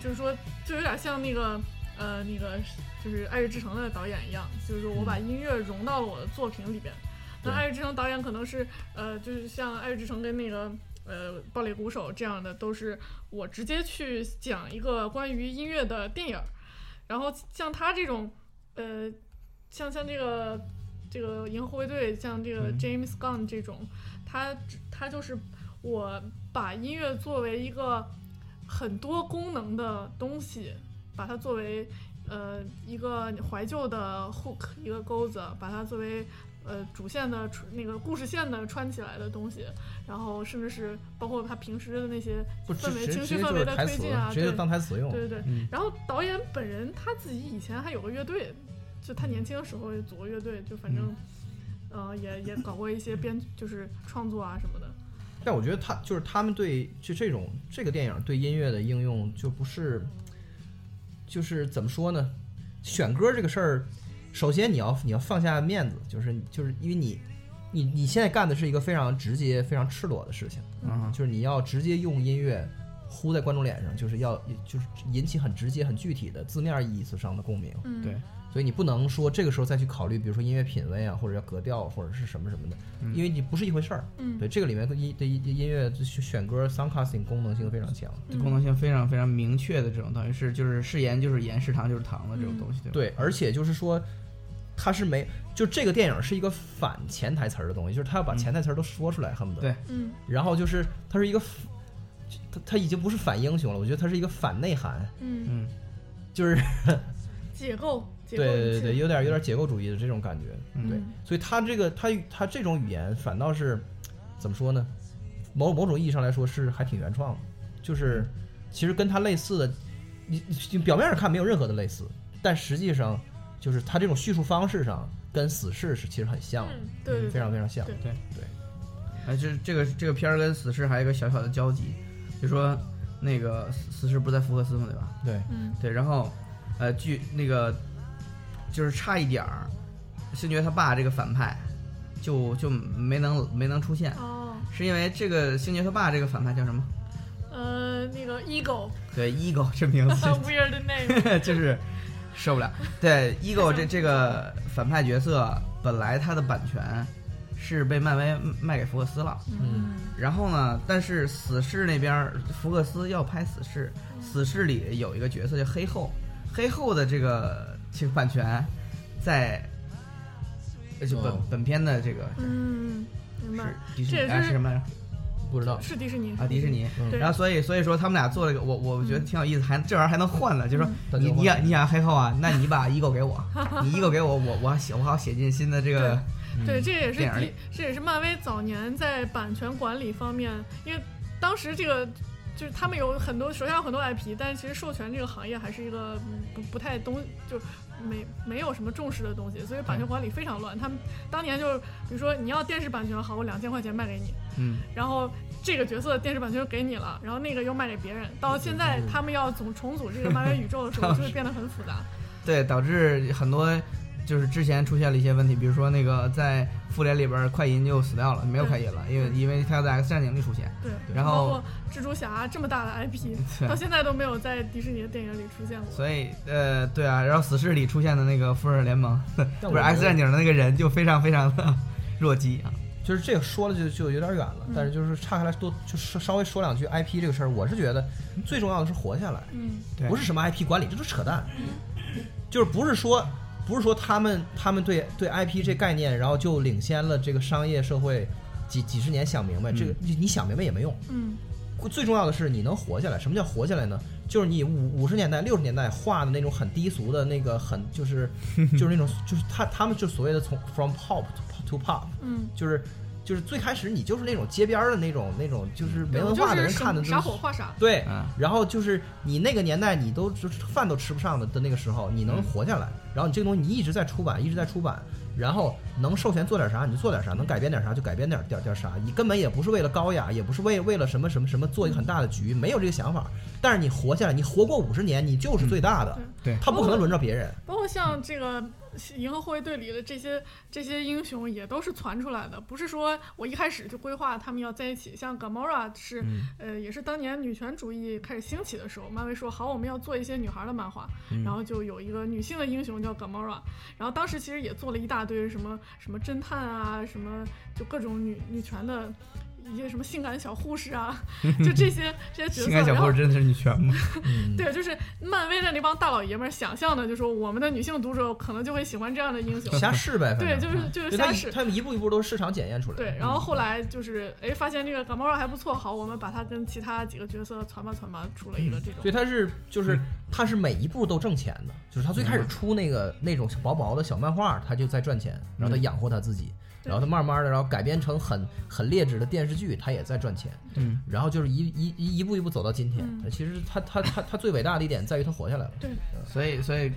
Speaker 1: 就是说，就有点像那个呃那个就是《爱乐之城》的导演一样，就是说我把音乐融到了我的作品里边。那《
Speaker 2: 对
Speaker 1: 爱乐之城》导演可能是呃，就是像《爱乐之城》跟那个呃《暴力鼓手》这样的，都是我直接去讲一个关于音乐的电影儿。然后像他这种，呃，像像这个这个银河护卫队，像这个
Speaker 3: 嗯
Speaker 1: James Gunn 这种，他只他就是我把音乐作为一个很多功能的东西，把它作为呃一个怀旧的 hook 一个钩子，把它作为呃主线的穿那个故事线的穿起来的东西，然后甚至是包括他平时的那些
Speaker 2: 不直
Speaker 1: 氛围
Speaker 2: 直
Speaker 1: 情
Speaker 2: 直
Speaker 1: 绪
Speaker 2: 接
Speaker 1: 氛
Speaker 2: 就
Speaker 1: 围
Speaker 2: 是
Speaker 1: 的
Speaker 2: 台
Speaker 1: 推
Speaker 2: 词
Speaker 1: 进啊，，
Speaker 2: 直接
Speaker 1: 对
Speaker 2: 就当台词用。
Speaker 1: 对对对。
Speaker 3: 嗯
Speaker 1: 然后导演本人他自己以前还有个乐队，就他年轻的时候也组过乐队，就反正，呃，也也搞过一些编，就是创作啊什么的。
Speaker 2: 但我觉得他就是他们对就这种这个电影对音乐的应用就不是，就是怎么说呢？选歌这个事儿，首先你要你要放下面子，就是就是因为你你你现在干的是一个非常直接、非常赤裸的事情，
Speaker 3: 嗯，
Speaker 2: 就是你要直接用音乐呼在观众脸上，就是要就是引起很直接、很具体的字面意思上的共鸣。
Speaker 1: 嗯，
Speaker 3: 对
Speaker 2: 所以你不能说这个时候再去考虑，比如说音乐品味啊，或者要格调或者是什么什么的，
Speaker 3: 嗯
Speaker 2: 因为你不是一回事儿。
Speaker 1: 嗯，
Speaker 2: 对，这个里面的音的音音乐选选歌 soundcasting 功能性非常强。
Speaker 1: 嗯
Speaker 3: 功能性非常非常明确的这种，等于是就是是盐就是盐，是糖就是糖的这种东西，嗯对吧？
Speaker 2: 对，而且就是说，它是没就这个电影是一个反潜台词儿的东西，就是他要把
Speaker 3: 嗯
Speaker 2: 潜台词儿都说出来，恨不得。
Speaker 3: 对。
Speaker 1: 嗯
Speaker 2: 然后就是它是一个，他他已经不是反英雄了，我觉得他是一个反内涵，
Speaker 1: 嗯，
Speaker 3: 嗯
Speaker 2: 就是
Speaker 1: 解构，解
Speaker 2: 对
Speaker 1: 构
Speaker 2: 对对
Speaker 1: 一切
Speaker 2: 对，，有点有点解构主义的这种感觉。
Speaker 3: 嗯
Speaker 2: 对，所以他这个他他这种语言反倒是怎么说呢？某某种意义上来说是还挺原创的，就是其实跟他类似的，你你表面上看没有任何的类似，但实际上就是他这种叙述方式上跟死侍是其实很像的，
Speaker 1: 嗯，对对
Speaker 2: 非
Speaker 1: 对，
Speaker 2: 常非常像。
Speaker 1: 对
Speaker 3: 哎，这这个这个片儿跟死侍还有一个小小的交集，就说那个死死侍不是在福克斯嘛，对吧？
Speaker 2: 对，
Speaker 1: 嗯
Speaker 3: 对，然后呃，据那个就是差一点儿，星爵他爸这个反派就就没能没能出现，
Speaker 1: 哦，
Speaker 3: 是因为这个星爵他爸这个反派叫什么？
Speaker 1: 呃，那个 ego
Speaker 3: 对，Ego 这名字
Speaker 1: weird name，
Speaker 3: 就是受不了。对，Ego 这这个反派角色本来他的版权是被漫威卖给福克斯了。
Speaker 1: 嗯，
Speaker 3: 然后呢？但是死侍那边儿，福克斯要拍死侍，死侍里有一个角色叫黑后，黑后的这个这个版权在，呃就本、
Speaker 2: 哦
Speaker 3: 本片的这个
Speaker 1: 嗯，明白
Speaker 3: 是，迪士
Speaker 1: 这也
Speaker 3: 尼
Speaker 1: 就
Speaker 3: 啊
Speaker 1: 是
Speaker 3: 是什么来着？
Speaker 2: 不知道
Speaker 1: 是迪士尼
Speaker 3: 啊，迪士，尼。
Speaker 2: 嗯
Speaker 1: 对
Speaker 3: 然后所以所以说他们俩做了个我我觉得挺有意思，还这玩意儿还能换呢，就是说
Speaker 2: 嗯那
Speaker 3: 你
Speaker 2: 就换
Speaker 3: 你想你想黑后啊，那你把 ego 给我，你 ego 给我，我我写我好写进新的这个
Speaker 2: 嗯
Speaker 1: 对，这也是
Speaker 3: 嗯电影
Speaker 1: 迪
Speaker 3: 里，
Speaker 1: 这也是漫威早年在版权管理方面，因为当时这个就是他们有很多手下有很多 IP，但是其实授权这个行业还是一个嗯不不太东就没没有什么重视的东西，所以版权管理非常乱。他们当年就是比如说你要电视版权好，我两千块钱卖给你，
Speaker 3: 嗯
Speaker 1: 然后这个角色电视版权就给你了，然后那个又卖给别人。到现在他们要总重组这个漫威宇宙的时 候，
Speaker 3: 当时
Speaker 1: 就会变得很复杂。
Speaker 3: 对，导致很多就是之前出现了一些问题，比如说那个在复联里边儿快银就死掉了，没有快银了，因为因为他要在 X 战警里出现，
Speaker 1: 对，
Speaker 3: 然
Speaker 1: 包
Speaker 3: 后
Speaker 1: 括蜘蛛侠这么大的 IP，
Speaker 3: 对
Speaker 1: 到现在都没有在迪士尼的电影里出现过。
Speaker 3: 所以呃对啊，然后死侍里出现的那个复仇者联盟，
Speaker 2: 但
Speaker 3: 不
Speaker 2: 我
Speaker 3: 是
Speaker 2: 觉得
Speaker 3: X 战警的那个人就非常非常的 弱鸡啊，
Speaker 2: 就是这个说了就就有点远了，
Speaker 1: 嗯
Speaker 2: 但是就是岔开来多就是稍微说两句 IP 这个事儿，我是觉得最重要的是活下来，
Speaker 1: 嗯
Speaker 3: 对
Speaker 2: 不是什么 IP 管理，这都扯淡，就是不是说不是说他们他们对对 IP 这概念，然后就领先了这个商业社会几几十年想明白，这个你你想明白也没用，
Speaker 1: 嗯
Speaker 2: 最重要的是你能活下来。什么叫活下来呢？就是你五五十年代、六十年代画的那种很低俗的那个很就是就是那种就是他他们就所谓的从 from pop to pop，
Speaker 1: 嗯，
Speaker 2: 就是就是最开始你就是那种街边儿的那种那种就是没
Speaker 1: 对
Speaker 2: 文
Speaker 1: 我就
Speaker 2: 化的
Speaker 1: 是
Speaker 2: 人看的
Speaker 1: 什啥火
Speaker 2: 东西。
Speaker 1: 画啥。
Speaker 2: 对
Speaker 3: 嗯，
Speaker 2: 然后就是你那个年代，你都就是饭都吃不上的的那个时候，你
Speaker 1: 嗯
Speaker 2: 能活下来，然后你这个东西你一直在出版，一直在出版，然后能授权做点啥你就做点啥，能改编点啥就改编点点点啥，你根本也不是为了高雅，也不是为为了什么什么什么做一个很大的局，没有这个想法。但是你活下来，你活过五十年，你就是最大的，
Speaker 1: 嗯
Speaker 3: 对
Speaker 2: 他不可能轮着别人。
Speaker 1: 包括像这个《银河护卫队》里的这些这些英雄，也都是传出来的，不是说我一开始就规划他们要在一起。像 Gamora 是、
Speaker 3: 嗯
Speaker 1: 呃，也是当年女权主义开始兴起的时候，漫威说好，我们要做一些女孩的漫画，
Speaker 3: 嗯
Speaker 1: 然后就有一个女性的英雄叫 Gamora，然后当时其实也做了一大堆什么什么侦探啊，什么就各种女女权的。一些什么性感小护士啊， 就这些这些角色，
Speaker 3: 性感小
Speaker 1: 然后
Speaker 3: 护士真的是女权吗？
Speaker 2: 嗯，
Speaker 1: 对，就是漫威的那帮大老爷们儿想象的，就是我们的女性读者可能就会喜欢这样的英雄。
Speaker 2: 瞎试呗，反
Speaker 1: 对，
Speaker 2: 正
Speaker 1: 就是就是
Speaker 2: 对他
Speaker 1: 瞎
Speaker 2: 一
Speaker 1: 试。
Speaker 2: 他们一步一步都是市场检验出来的。
Speaker 1: 对，然后后来就是哎，发现这个感冒药还不错，好，我们把它跟其他几个角色传吧传吧，出了一个这种
Speaker 2: 所。以他是就是他是每一步都挣钱的，就是他最开始出那个那种薄薄的小漫画，他就在赚钱，然后他养活他自己，
Speaker 1: 对
Speaker 2: 然后他慢慢的，然后改编成很很劣质的电视剧，他也在赚钱，
Speaker 3: 嗯，
Speaker 2: 然后就是一一一一步一步走到今天。
Speaker 1: 嗯
Speaker 2: 其实他他他他最伟大的一点在于他活下来了。
Speaker 1: 对，
Speaker 3: 所以所以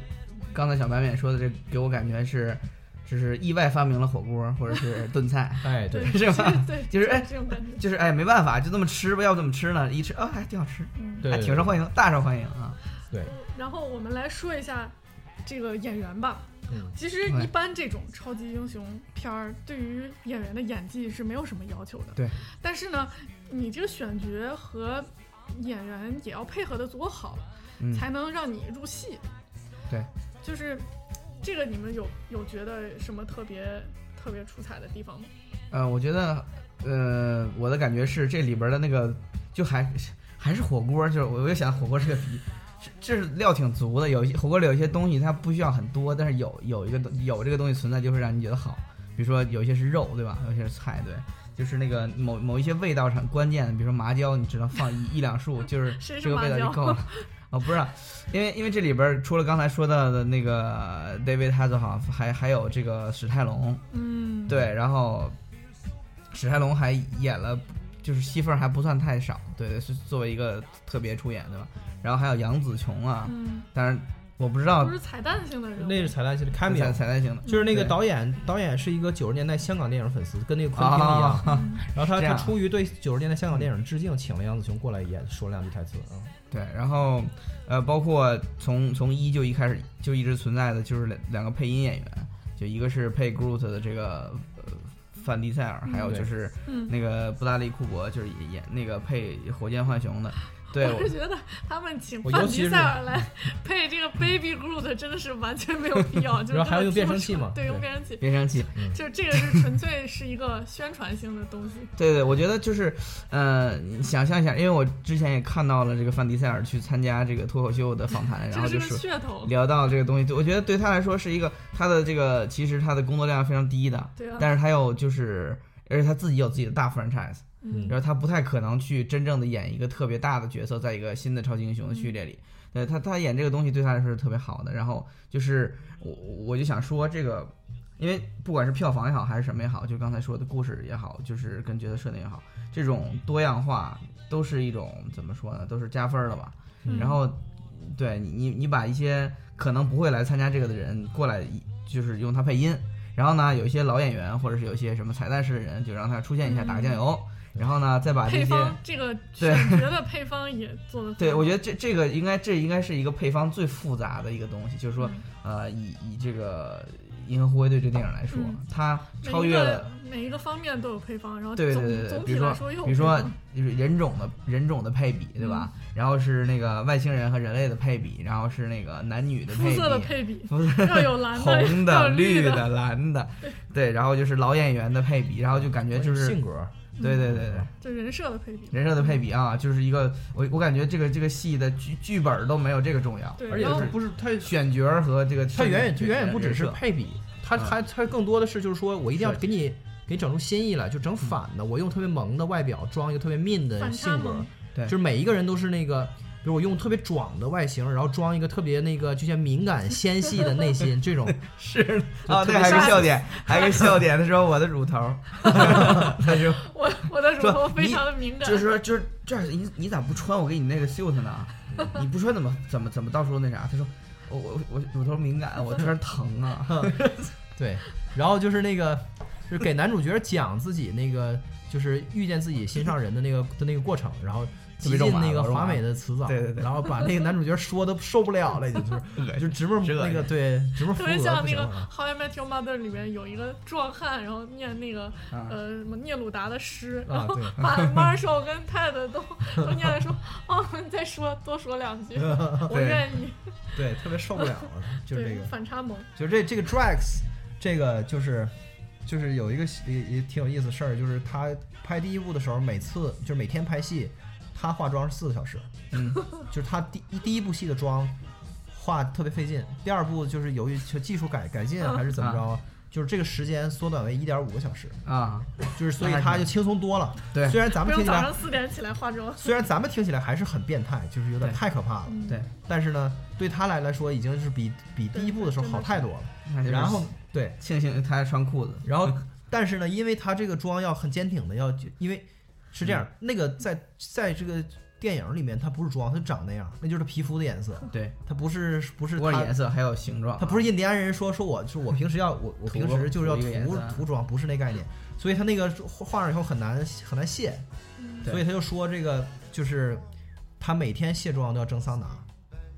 Speaker 3: 刚才小白面说的这给我感觉是。就是意外发明了火锅或者是炖菜，
Speaker 2: 哎，
Speaker 1: 对，
Speaker 3: 是吧
Speaker 1: 对，
Speaker 3: 就是哎
Speaker 1: 这种感觉。
Speaker 3: 就是哎没办法，就这么吃吧，要不怎么吃呢？一吃啊、还挺好吃，
Speaker 1: 嗯，
Speaker 2: 对
Speaker 3: 还挺受欢迎，大受欢迎啊。
Speaker 1: 然后我们来说一下这个演员吧。
Speaker 2: 嗯
Speaker 1: 其实
Speaker 3: 对
Speaker 1: 一般这种超级英雄片儿，对于演员的演技是没有什么要求的。
Speaker 3: 对。
Speaker 1: 但是呢，你这个选角和演员也要配合的足够好，
Speaker 3: 嗯
Speaker 1: 才能让你入戏。
Speaker 3: 对。
Speaker 1: 就是这个，你们有有觉得什么特别特别出彩的地方吗？
Speaker 3: 呃，我觉得，呃，我的感觉是这里边的那个，就还还是火锅，就是我我就想火锅这个题，这这是料挺足的。有一些火锅里有一些东西它不需要很多，但是有有一个东有这个东西存在，就会让你觉得好。比如说有一些是肉，对吧？有一些是菜，对。就是那个某某一些味道上关键的，比如说麻椒，你只能放一一两束，就是
Speaker 1: 谁是
Speaker 3: 这个味
Speaker 1: 麻
Speaker 3: 道就
Speaker 1: 椒
Speaker 3: 够了。哦，不是啊，因为因为这里边儿除了刚才说到的那个 David Hasselhoff，还还有这个史泰龙，
Speaker 1: 嗯，
Speaker 3: 对，啊然后史泰龙还演了，就是戏份儿还不算太少，对对，是作为一个特别出演，对吧？然后还有杨紫琼啊，
Speaker 1: 嗯，
Speaker 3: 当然我不知道
Speaker 1: 都是彩蛋性的人物，
Speaker 2: 那是彩蛋系列
Speaker 3: 啊彩
Speaker 2: cameo，
Speaker 3: 彩蛋型的，
Speaker 2: 就是那个
Speaker 3: 对
Speaker 2: 导演，导演是一个九十年代香港电影粉丝，跟那个昆汀一样。
Speaker 3: 啊，
Speaker 2: 然后他他
Speaker 3: 这样
Speaker 2: 出于对九十年代香港电影致敬，请了杨紫琼过来演，说了两句台词啊。
Speaker 3: 对，然后呃，包括从从一就一开始就一直存在的就是两两个配音演员，就一个是配 Groot 的这个呃范迪塞尔，还有
Speaker 2: 嗯
Speaker 3: 就是
Speaker 1: 嗯
Speaker 3: 那个布达利库珀，就是演演那个配火箭浣熊的，对，
Speaker 1: 我
Speaker 3: 我
Speaker 1: 是觉得他们请
Speaker 2: 我
Speaker 1: 范
Speaker 2: 尤其
Speaker 1: 迪
Speaker 2: 是
Speaker 1: 塞尔来配这个 Baby Groot 真的是完全没有必要， 就是
Speaker 2: 然后还要
Speaker 1: 根本
Speaker 2: 用
Speaker 1: 听
Speaker 2: 变
Speaker 1: 不
Speaker 2: 声器
Speaker 1: 出
Speaker 2: 嘛
Speaker 1: 对，用
Speaker 2: 对
Speaker 1: 变声器，
Speaker 3: 别生气，
Speaker 1: 就这个是纯粹是一个宣传性的东西。
Speaker 3: 对对，我觉得就是，呃，你想象一下，因为我之前也看到了这个范迪塞尔去参加这个脱口秀的 访谈，然
Speaker 1: 这
Speaker 3: 后
Speaker 1: 个是
Speaker 3: 就
Speaker 1: 个
Speaker 3: 是
Speaker 1: 噱头，
Speaker 3: 聊到这个东西，对我觉得对他来说是一个他的这个其实他的工作量非常低的，
Speaker 1: 对啊，
Speaker 3: 但是他又就是，而且他自己有自己的大 franchise，
Speaker 1: 嗯
Speaker 3: 然后他不太可能去真正的演一个特别大的角色，在一个新的超级英雄的序列里。对他，他演这个东西对他来说是特别好的。然后就是我，我就想说这个，因为不管是票房也好，还是什么也好，就刚才说的故事也好，就是跟角色设定也好，这种多样化都是一种怎么说呢？都是加分儿的吧。
Speaker 1: 嗯
Speaker 3: 然后，对你你你把一些可能不会来参加这个的人过来，就是用他配音。然后呢，有一些老演员或者是有一些什么彩蛋式的人，就让他出现一下，
Speaker 1: 嗯
Speaker 3: 打个酱油。然后呢，再把这
Speaker 1: 配
Speaker 3: 些，
Speaker 1: 方这个
Speaker 3: 对
Speaker 1: 选角的配方也做的，
Speaker 3: 对我觉得这这个应该这应该是一个配方最复杂的一个东西，就是说，呃，以以这个《银河护卫队》这个电影来说
Speaker 1: 嗯，
Speaker 3: 它
Speaker 1: 每
Speaker 3: 超
Speaker 1: 一
Speaker 3: 越
Speaker 1: 个
Speaker 3: 了。
Speaker 1: 每一个方面都有配方，然后
Speaker 3: 对
Speaker 1: 总
Speaker 3: 对对对，
Speaker 1: 总
Speaker 3: 比
Speaker 1: 体
Speaker 3: 如
Speaker 1: 来
Speaker 3: 说
Speaker 1: 说又有
Speaker 3: 比如说
Speaker 1: 配方
Speaker 3: 就是人种的人种的配比，对吧？
Speaker 1: 嗯
Speaker 3: 然后是那个外星人和人类的配比，然后是那个男女的
Speaker 1: 肤
Speaker 3: 配比，
Speaker 1: 色的配比
Speaker 3: 肤色
Speaker 1: 要有蓝的，
Speaker 3: 红
Speaker 1: 要
Speaker 3: 的、
Speaker 1: 有啊绿
Speaker 3: 绿，的、蓝的，对，然后就是老演员的配比，然后就感觉就是
Speaker 2: 性格，
Speaker 3: 对对对对
Speaker 1: 就人设的配比。
Speaker 3: 人设的配比啊，就是一个我我感觉这个这个戏的剧剧本都没有这个重要，
Speaker 1: 对，
Speaker 2: 而且
Speaker 1: 然后
Speaker 2: 他不是他，
Speaker 3: 选角儿和这个
Speaker 2: 他远远
Speaker 3: 这
Speaker 2: 他
Speaker 3: 个
Speaker 2: 远远不只是
Speaker 3: 人设
Speaker 2: 配比，他
Speaker 3: 嗯
Speaker 2: 他他更多的是就是说我一定要
Speaker 3: 设
Speaker 2: 给你给你整出新意来，就整反的，我用特别萌的外表装一个特别 mean 的
Speaker 1: 反
Speaker 2: 嗯性
Speaker 1: 差
Speaker 2: 格
Speaker 1: 萌，
Speaker 3: 对
Speaker 2: 就是每一个人都是那个。比如我用特别壮的外形，然后装一个特别那个就像敏感纤细的内心，这种
Speaker 3: 是啊，
Speaker 2: 特
Speaker 3: 对，
Speaker 2: 别
Speaker 3: 还有一个
Speaker 1: 是
Speaker 3: 笑点，还有一个笑点，他说我的乳头儿，他说
Speaker 1: 我我的乳
Speaker 3: 说
Speaker 1: 头非
Speaker 3: 你
Speaker 1: 常的敏感，
Speaker 3: 就是说就是这样，你你咋不穿我给你那个袖子呢？你不穿怎么怎么怎么到时候那啥？他说我我我乳头敏感，我这边疼 啊。
Speaker 2: 对，然后就是那个，就是给男主角讲自己那个，就是遇见自己心上人的那个的那个过程，然后极尽那个华美的辞藻，
Speaker 3: 对对对
Speaker 2: 然后把那个男主角说的受不了了，已经就是就直
Speaker 3: 是
Speaker 2: 面
Speaker 3: 恶
Speaker 2: 那
Speaker 3: 心
Speaker 2: 个对直
Speaker 1: 特
Speaker 2: 面扶
Speaker 1: 别
Speaker 2: 额
Speaker 1: 像
Speaker 2: 不
Speaker 1: 那
Speaker 2: 行
Speaker 1: 个
Speaker 3: 啊
Speaker 2: 了。
Speaker 1: 《How I Met Your Mother》里面有一个壮汉，然后念那个
Speaker 3: 啊
Speaker 1: 呃什么聂鲁达的诗，
Speaker 2: 啊
Speaker 1: 然后
Speaker 2: 对
Speaker 1: 把 Marshall 跟 Ted 都都念了说，哦，你再说多说两句， 我
Speaker 3: 嗯对
Speaker 1: 愿意。
Speaker 2: 对，特别受不了了，就是这
Speaker 1: 对
Speaker 2: 个，，
Speaker 1: 反差萌，
Speaker 2: 就是这这个 Drax，这个就是就是有一个也也挺有意思的事儿，就是他拍第一部的时候，每次就是每天拍戏，他化妆是四个小时，
Speaker 3: 嗯，
Speaker 2: 就是他第一第一部戏的妆化特别费劲，第二部就是由于就技术改改进啊还是怎么着，就是这个时间缩短为一点五个小时，
Speaker 3: 啊，
Speaker 2: 就是所以
Speaker 3: 那还
Speaker 2: 他
Speaker 3: 挺
Speaker 2: 就轻松多了。
Speaker 3: 对
Speaker 2: 虽然咱
Speaker 1: 不
Speaker 2: 们
Speaker 1: 用
Speaker 2: 听起
Speaker 1: 早
Speaker 2: 来
Speaker 1: 上四点起来化妆。
Speaker 2: 虽然咱们听起来还是很变态，就是有点
Speaker 3: 对
Speaker 2: 太可怕了，
Speaker 1: 嗯
Speaker 3: 对，
Speaker 2: 但是呢，对他来来说已经是比比第一部的时候
Speaker 1: 对
Speaker 2: 好
Speaker 1: 真的是
Speaker 2: 太多了。
Speaker 3: 那就是
Speaker 2: 然后对，
Speaker 3: 庆幸他还穿裤子，
Speaker 2: 然后但是呢，因为他这个妆要很坚挺的，要因为是这样，
Speaker 3: 嗯
Speaker 2: 那个在在这个电影里面，他不是妆，他长那样，那就是皮肤的颜色，
Speaker 3: 对，
Speaker 2: 他不是不是
Speaker 3: 不光
Speaker 2: 他
Speaker 3: 是颜色还有形状啊，
Speaker 2: 他不是印第安人说说我 就是我平时要我我
Speaker 3: 涂
Speaker 2: 平时就是要
Speaker 3: 涂一个颜
Speaker 2: 涂
Speaker 3: 色啊
Speaker 2: 涂妆，不是那概念，所以他那个画画上以后很难很难卸，
Speaker 1: 嗯
Speaker 3: 对
Speaker 2: 所以他就说这个就是他每天卸妆都要蒸桑拿，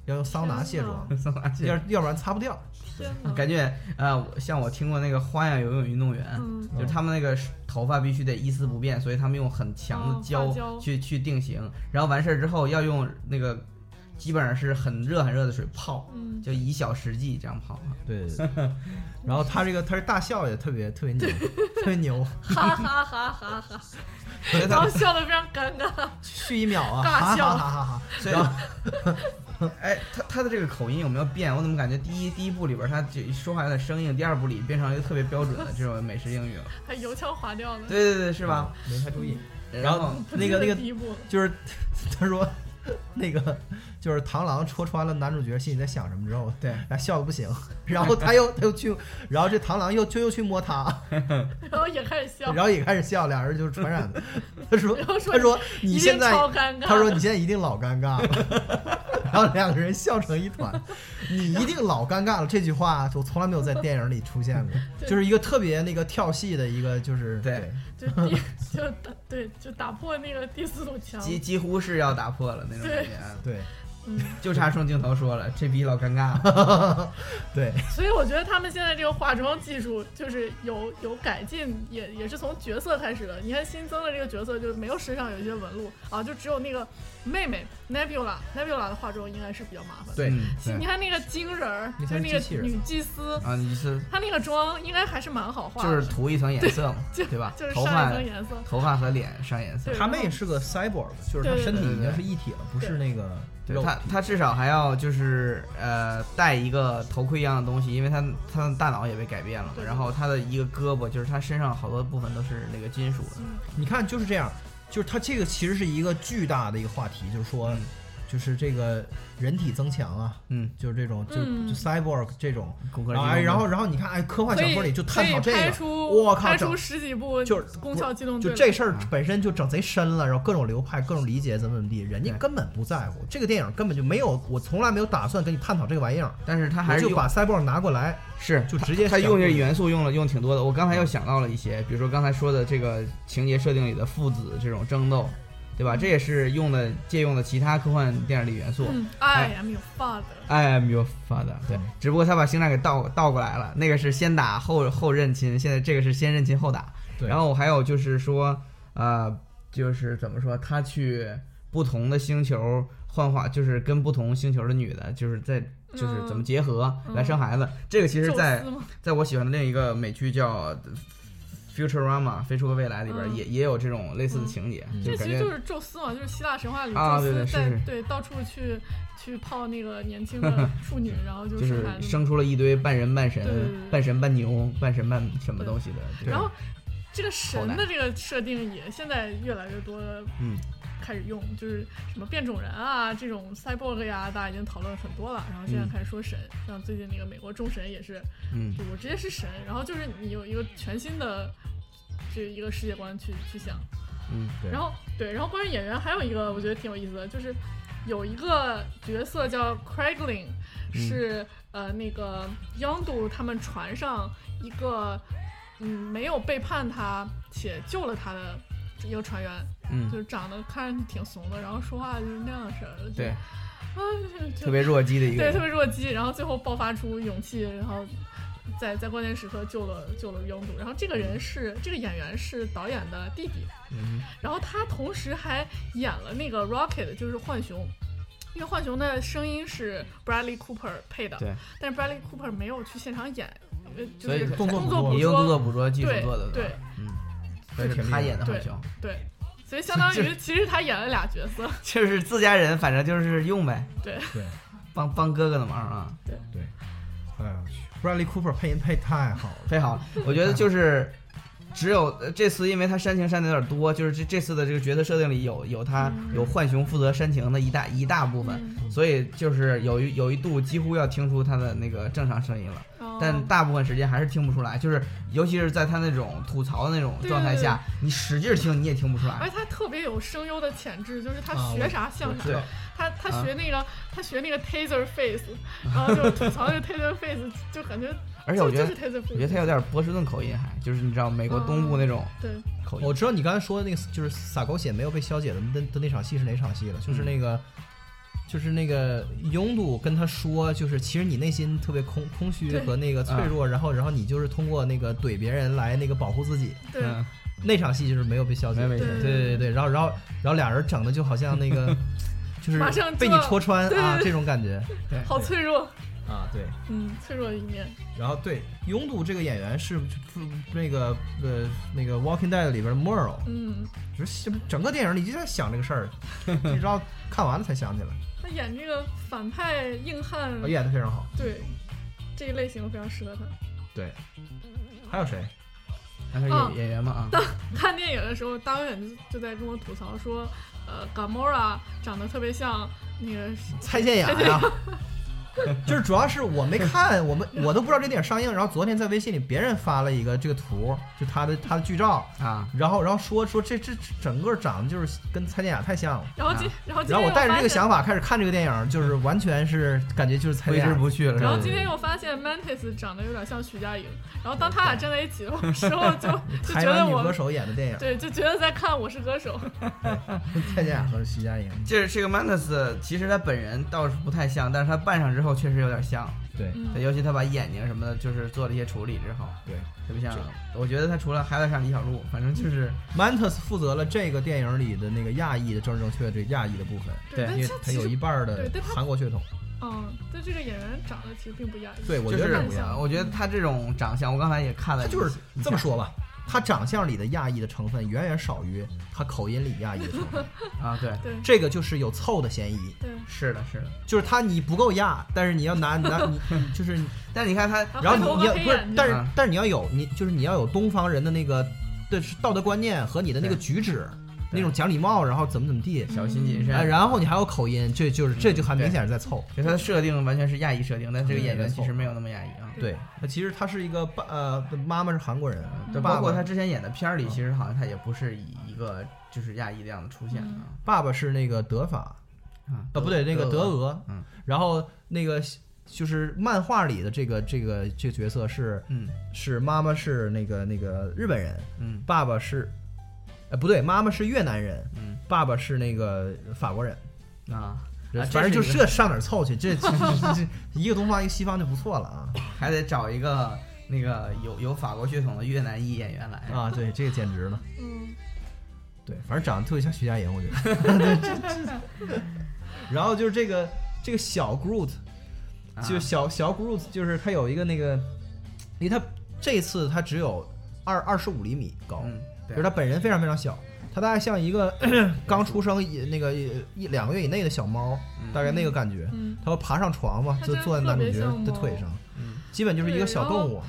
Speaker 2: 要用桑拿卸妆，
Speaker 3: 桑拿蟹
Speaker 2: 要要不然擦不掉。
Speaker 1: 天哪，
Speaker 3: 感觉呃，我像我听过那个花样游泳运动员，
Speaker 1: 嗯，
Speaker 3: 就是他们那个头发必须得一丝不变，所以他们用很强
Speaker 1: 哦
Speaker 3: 的胶
Speaker 1: 发胶
Speaker 3: 去、去定型，然后完事儿之后要用那个基本上是很热很热的水泡，
Speaker 1: 嗯
Speaker 3: 就以小时计这样泡。啊
Speaker 2: 对对对。 然后他这个他是大笑也特别特别 牛，特别牛，
Speaker 1: 哈哈哈哈哈，
Speaker 3: 所以
Speaker 1: 然
Speaker 2: 哎
Speaker 3: 他
Speaker 1: 后笑得非常尴尬，
Speaker 2: 去一秒啊，
Speaker 1: 尬
Speaker 2: 哈
Speaker 1: 笑
Speaker 2: 哈哈哈哈。
Speaker 3: 所以哎，他他的这个口音有没有变？我怎么感觉第一第一部里边他就说话有点生硬，第二部里变成一个特别标准的这种美式英语了。
Speaker 1: 还油腔滑调呢。
Speaker 3: 对对对，是吧？？
Speaker 2: 嗯没太注意。
Speaker 3: 然
Speaker 2: 然
Speaker 3: 后
Speaker 2: 后
Speaker 1: 不
Speaker 2: 那
Speaker 1: 记
Speaker 2: 个
Speaker 1: 得
Speaker 2: 那个
Speaker 1: 第一部，
Speaker 2: 就是 他说那个就是螳螂戳穿了男主角心里在想什么之后，
Speaker 3: 对，
Speaker 2: 他笑的不行，然后他又他又去，然后这螳螂又就又去摸他，
Speaker 1: 然后也开始笑，
Speaker 2: 然后也开始笑，俩人就传染了。他说
Speaker 1: 然后
Speaker 2: 他说你
Speaker 1: 一
Speaker 2: 现
Speaker 1: 定
Speaker 2: 在
Speaker 1: 超尴尬。
Speaker 2: 他说：“你现在一定老尴尬了。” 然后两个人笑成一团。你一定老尴尬了这句话，我从来没有在电影里出现过，
Speaker 1: 对
Speaker 2: 就是一个特别那个跳戏的一个，就是
Speaker 3: 对，
Speaker 1: 就第就打对就打破那个第四堵墙。
Speaker 3: 几几乎是要打破了那种感觉，啊
Speaker 2: 对
Speaker 1: 嗯，
Speaker 3: 就差冲镜头 说了，这逼老尴尬了。
Speaker 2: 对
Speaker 1: 所以我觉得他们现在这个化妆技术就是有有改进，也也是从角色开始的。你看新增的这个角色就没有身上有一些纹路啊，就只有那个妹妹 Nebula Nebula 的化妆应该是比较麻烦的。
Speaker 2: 对
Speaker 3: 嗯
Speaker 1: 你
Speaker 3: 对
Speaker 1: 看那个精人儿，
Speaker 2: 那
Speaker 1: 就
Speaker 2: 才
Speaker 1: 是
Speaker 2: 是
Speaker 1: 那个
Speaker 2: 机器人
Speaker 1: 女祭司，
Speaker 3: 啊，你是
Speaker 1: 她那个妆应该还是蛮好画
Speaker 3: 就
Speaker 1: 的，
Speaker 3: 是涂一层颜色嘛，
Speaker 1: 就
Speaker 3: 对吧
Speaker 1: 就是？
Speaker 3: 头
Speaker 1: 上
Speaker 3: 发
Speaker 1: 一层颜色。
Speaker 3: 头发和脸上颜色
Speaker 1: 对，
Speaker 2: 他们也是个 cyborg，就是
Speaker 1: 对
Speaker 2: 他
Speaker 1: 对
Speaker 2: 身体已
Speaker 3: 对对
Speaker 2: 经是一体了，不是那个
Speaker 3: 对
Speaker 2: 肉
Speaker 3: 他他至少还要就是呃戴一个头盔一样的东西，因为他他的大脑也被改变了嘛，
Speaker 1: 对
Speaker 3: 然后他的一个胳膊就是他身上好多部分都是那个金属的，
Speaker 1: 嗯，
Speaker 2: 你看就是这样，就是他这个其实是一个巨大的一个话题，就是说
Speaker 3: 嗯，
Speaker 2: 就是这个人体增强啊，
Speaker 3: 嗯，
Speaker 2: 就是这种就
Speaker 1: 嗯
Speaker 2: 就 cyborg 这种。
Speaker 3: 骨骼
Speaker 2: 然后
Speaker 3: 肌
Speaker 2: 哎，
Speaker 3: 肉
Speaker 2: 然后然后你看，哎，科幻
Speaker 1: 可
Speaker 2: 小
Speaker 1: 以
Speaker 2: 说里就
Speaker 1: 可
Speaker 2: 探
Speaker 1: 以
Speaker 2: 讨这
Speaker 1: 拍
Speaker 2: 个，
Speaker 1: 出
Speaker 2: 我靠
Speaker 1: 拍
Speaker 2: 整
Speaker 1: 出十几部
Speaker 2: 就是
Speaker 1: 功效机动
Speaker 2: 就
Speaker 1: 队，
Speaker 2: 这事儿
Speaker 3: 啊
Speaker 2: 本身就整贼深了，然后各种流派、各种理解怎么怎么地，人家
Speaker 3: 嗯对
Speaker 2: 根本不在乎。这个电影根本就没有，我从来没有打算跟你探讨这个玩意儿，
Speaker 3: 但是他还
Speaker 2: 我
Speaker 3: 是
Speaker 2: 就
Speaker 3: 用
Speaker 2: 把 cyborg 拿过来，
Speaker 3: 是
Speaker 2: 就直接
Speaker 3: 他用这
Speaker 2: 这
Speaker 3: 个元素用了用挺多的，我刚才又
Speaker 2: 嗯
Speaker 3: 想到了一些，比如说刚才说的这个情节设定里的父子这种争斗，对吧？这也是用的借用的其他科幻电影里元素。
Speaker 1: 嗯，I am your father。
Speaker 3: I am your father，对，
Speaker 2: 嗯
Speaker 3: 只不过他把星战给倒倒过来了，那个是先打后后认亲，现在这个是先认亲后打。
Speaker 2: 对
Speaker 3: 然后还有就是说，呃，就是怎么说，他去不同的星球幻化，就是跟不同星球的女的，就是在就是怎么结合来生孩子，这个其实
Speaker 1: 嗯宙
Speaker 3: 在
Speaker 1: 斯吗？
Speaker 3: 在我喜欢的另一个美剧叫《Futurama》飞出个未来里边
Speaker 1: 嗯
Speaker 3: 也、也有这种类似的情节，
Speaker 2: 嗯
Speaker 3: 就
Speaker 1: 这
Speaker 3: 是
Speaker 1: 其
Speaker 3: 感
Speaker 1: 实
Speaker 3: 觉
Speaker 1: 就是宙斯嘛，就是希腊神话里
Speaker 3: 啊
Speaker 1: 宙
Speaker 3: 对对
Speaker 1: 斯
Speaker 3: 是
Speaker 1: 在
Speaker 3: 是
Speaker 1: 对到处去去泡那个年轻 的处女，然后就
Speaker 3: 就是
Speaker 1: 生孩子嘛。
Speaker 3: 生出了一堆半人半神
Speaker 1: 对对对、
Speaker 3: 半神半牛、半神半什么东西的。这个
Speaker 1: 然后这个
Speaker 3: 好
Speaker 1: 神
Speaker 3: 难
Speaker 1: 的这个设定也现在越来越多
Speaker 3: 嗯，
Speaker 1: 开始用，就是什么变种人啊，这种 cyborg 呀，大家已经讨论很多了。然后现在
Speaker 3: 嗯
Speaker 1: 开始说神，像最近那个美国众神也是，
Speaker 3: 嗯
Speaker 1: 就我直接是神，然后就是你有一个全新的这一个世界观去去想。
Speaker 3: 嗯，
Speaker 2: 对
Speaker 1: 然后对，然后关于演员还有一个我觉得挺有意思的，就是有一个角色叫 Craiglin，是、
Speaker 3: 嗯
Speaker 1: 呃那个 Yondu 他们船上一个嗯没有背叛他且救了他的一个船员，
Speaker 3: 嗯
Speaker 1: 就是长得看上去挺怂的，然后说话就是那样式儿的，就
Speaker 3: 对，
Speaker 1: 啊就
Speaker 3: 特别弱鸡的一个
Speaker 1: 对特
Speaker 3: 人。
Speaker 1: 别弱鸡，然后最后爆发出勇气，然后。在在关键时刻救了救了拥堵，然后这个人是这个演员是导演的弟弟，
Speaker 3: 嗯
Speaker 1: 然后他同时还演了那个 Rocket，就是浣熊，因为浣熊的声音是 Bradley Cooper 配的，
Speaker 3: 对，
Speaker 1: 但是 Bradley Cooper 没有去现场演，因为就
Speaker 3: 所以
Speaker 1: 是
Speaker 2: 动作
Speaker 1: 动
Speaker 2: 捕
Speaker 1: 作
Speaker 2: 捉
Speaker 1: 捕
Speaker 3: 也用动作
Speaker 1: 捉，
Speaker 3: 捕捉技术
Speaker 1: 对
Speaker 3: 做的，
Speaker 1: 对，
Speaker 3: 嗯，但是
Speaker 2: 挺厉
Speaker 3: 他
Speaker 2: 害
Speaker 3: 演的很
Speaker 1: 对
Speaker 3: 凶，
Speaker 1: 对，所以相当于其实他演了俩角色，
Speaker 3: 就是自家人，反正就是用呗，
Speaker 2: 对
Speaker 3: 帮帮哥哥的忙啊。
Speaker 2: 对，哎呀，Bradley Cooper 配音配太好了，
Speaker 3: 非好，我觉得就是只有呃这次，因为他煽情煽的有点多，就是这这次的这个角色设定里有有他有浣熊负责煽情的一大一大部分，
Speaker 1: 嗯
Speaker 3: 所以就是有一有一度几乎要听出他的那个正常声音了，
Speaker 1: 哦
Speaker 3: 但大部分时间还是听不出来，就是尤其是在他那种吐槽的那种状态下，你使劲听你也听不出
Speaker 1: 而
Speaker 3: 来。
Speaker 1: 且他特别有声优的潜质，就是他
Speaker 2: 啊
Speaker 1: 学啥像
Speaker 2: 我
Speaker 1: 啥
Speaker 2: 知。道
Speaker 1: 他他
Speaker 3: 啊
Speaker 1: 学那个，他学那个 Taser Face，然 后就吐槽那个 Taser Face，就感觉
Speaker 3: 而且
Speaker 1: 就
Speaker 3: 我
Speaker 1: 就
Speaker 3: 觉得
Speaker 1: 是，Taser
Speaker 3: 我觉得
Speaker 1: Face，
Speaker 3: 他有点波士顿口音，还就是你知道美国东部那种
Speaker 1: 对，
Speaker 3: 口
Speaker 2: 我
Speaker 3: 音。
Speaker 2: 知道你刚才说的那个就是撒狗血没有被消解的那的那场戏是哪场戏了？就是那个，就是那个拥堵跟他说，就是其实你内心特别空空虚
Speaker 1: 对
Speaker 2: 和那个脆弱，然后然后你就是通过那个怼别人来那个保护自己。
Speaker 1: 对，
Speaker 3: 嗯，
Speaker 2: 那场戏就是没有被消解，
Speaker 3: 没被
Speaker 2: 对
Speaker 1: 消解
Speaker 2: 对对对，然后然后然后俩人整的就好像那 个就是
Speaker 1: 马上就
Speaker 2: 被你戳穿
Speaker 1: 对
Speaker 2: 啊
Speaker 1: 对对
Speaker 2: 这种感觉
Speaker 3: 对，
Speaker 1: 好脆弱，
Speaker 2: 啊对，
Speaker 1: 嗯，脆弱的一面。
Speaker 2: 然后对拥堵这个演员是是那个呃那个《Walking Dead》里边的 Merle。
Speaker 1: 嗯，
Speaker 2: 就是整个电影里一直在想这个事儿，一直到看完了才想起来。
Speaker 1: 他演这个反派硬汉，
Speaker 2: 啊演的非常好。
Speaker 1: 对这一类型非常适合他。
Speaker 2: 对，还有谁？
Speaker 3: 还是
Speaker 1: 哦
Speaker 3: 演演员嘛啊，
Speaker 1: 看电影的时候，大导演就就在跟我吐槽说，呃，Gamora 长得特别像那个
Speaker 2: 蔡健雅 呀、就是主要是我没看，我们我都不知道这电影上映。然后昨天在微信里别人发了一个这个图，就他的他的剧照，
Speaker 3: 啊，
Speaker 2: 然后然后说说这这这整个长得就是跟蔡健雅太像了。
Speaker 1: 然后今、然后今天
Speaker 2: 啊然后我带着这个
Speaker 1: 发现
Speaker 2: 想法开始看这个电影，就是完全是感觉就是蔡
Speaker 3: 挥
Speaker 2: 健
Speaker 3: 之
Speaker 2: 雅。
Speaker 3: 不去了。是
Speaker 1: 啊然
Speaker 3: 吧
Speaker 2: 嗯
Speaker 1: 后今天又发现 Mantis 长得有点像徐佳莹，然后当他俩站在一起的时候就，就觉
Speaker 2: 台
Speaker 1: 得
Speaker 2: 湾女 歌
Speaker 1: 我
Speaker 2: 手演的电影，
Speaker 1: 对就觉得在看《我是歌手》，
Speaker 2: 蔡健雅和徐佳莹，
Speaker 3: 这这个 Mantis，其实他本人倒是不太像，但是他扮上之后确实有点像，
Speaker 2: 对
Speaker 3: 对，
Speaker 1: 嗯，
Speaker 3: 尤其他把眼睛什么的，就是做了一些处理之后，
Speaker 2: 对。
Speaker 3: 特别像。我觉得他除了还有点像李小璐，反正就是，
Speaker 2: Mantis 负责了这个电影里的那个亚裔的政治正确这亚裔的部分，
Speaker 3: 对
Speaker 1: 但
Speaker 2: 因为
Speaker 1: 他
Speaker 2: 他
Speaker 1: 其实
Speaker 2: 有一半儿的
Speaker 1: 对但他
Speaker 2: 韩国血统。
Speaker 1: 嗯，但这个演员长得其实并不亚异，
Speaker 2: 对，我
Speaker 3: 就
Speaker 2: 觉得
Speaker 3: 是
Speaker 2: 不一样。
Speaker 3: 我觉得他这种长相，我刚才也看了
Speaker 2: 他
Speaker 3: 一下，
Speaker 2: 就是这么说吧，他长相里的亚裔的成分远远少于他口音里亚裔的 成分，
Speaker 3: 啊，对，
Speaker 1: 对
Speaker 2: 这个就是有凑的嫌疑。
Speaker 1: 对，
Speaker 3: 是的，是的。
Speaker 2: 就是他你不够亚，但是你要拿拿你就是，
Speaker 3: 但是你看他，
Speaker 1: 然
Speaker 2: 然后
Speaker 1: 头
Speaker 2: 你你
Speaker 1: 发啊
Speaker 2: 要
Speaker 1: 黑
Speaker 2: 不是
Speaker 1: 眼，睛，
Speaker 2: 但是但是你要有你就是你要有东方人的那个的道德观念和你的那个举止，那种讲礼貌，然后怎么怎么地，
Speaker 3: 小心谨慎，
Speaker 2: 哎，然后你还有口音，这就是这就
Speaker 3: 嗯
Speaker 2: 很明显是在凑。
Speaker 3: 就他的设定完全是亚裔设定，但这个演员其实没有那么亚裔啊。
Speaker 2: 对，那其实他是一个爸，呃，妈妈是韩国人，
Speaker 3: 对，
Speaker 2: 爸
Speaker 3: 嗯包括
Speaker 2: 爸嗯
Speaker 3: 他之前演的片儿里，其实好像他也不是以一个就是亚裔的样子出现的
Speaker 2: 爸爸是那个德法，
Speaker 3: 啊。
Speaker 2: 呃，不对，那个德俄，
Speaker 3: 嗯，
Speaker 2: 然后那个就是漫画里的这个这个这个角色是
Speaker 3: 嗯
Speaker 2: 是妈妈是那个那个日本人，
Speaker 3: 嗯
Speaker 2: 爸爸是，呃，不对，妈妈是越南人，
Speaker 3: 嗯
Speaker 2: 爸爸是那个法国人，
Speaker 3: 啊，啊
Speaker 2: 反正就
Speaker 3: 这是一
Speaker 2: 这上哪儿凑去？这这这这一个东方一个西方就不错了啊
Speaker 3: 个还得找一个那个有有法国血统的越南裔演员来。
Speaker 2: 啊！对，这个简直了，
Speaker 1: 嗯，
Speaker 2: 对，反正长得特别像徐佳莹，我觉得。对这这然后就是这个这个小 Groot，
Speaker 3: 啊
Speaker 2: 就是小小 Groot，就是它有一个那个，因为它这次它只有二二十五厘米高，
Speaker 3: 嗯，
Speaker 2: 就
Speaker 3: 对
Speaker 2: 是它本人非常非常小，它大概像一 个刚出生一那个一一两个月以内的小猫，
Speaker 3: 嗯
Speaker 2: 大概那个感觉。
Speaker 1: 嗯，
Speaker 2: 它会爬上床嘛，
Speaker 1: 它
Speaker 2: 就
Speaker 1: 真
Speaker 2: 坐在
Speaker 1: 特
Speaker 2: 男主
Speaker 1: 别
Speaker 2: 角
Speaker 1: 像
Speaker 2: 的
Speaker 1: 猫
Speaker 2: 腿上，
Speaker 3: 嗯
Speaker 2: 基本就是一个
Speaker 1: 对
Speaker 2: 小
Speaker 1: 然后
Speaker 2: 动物。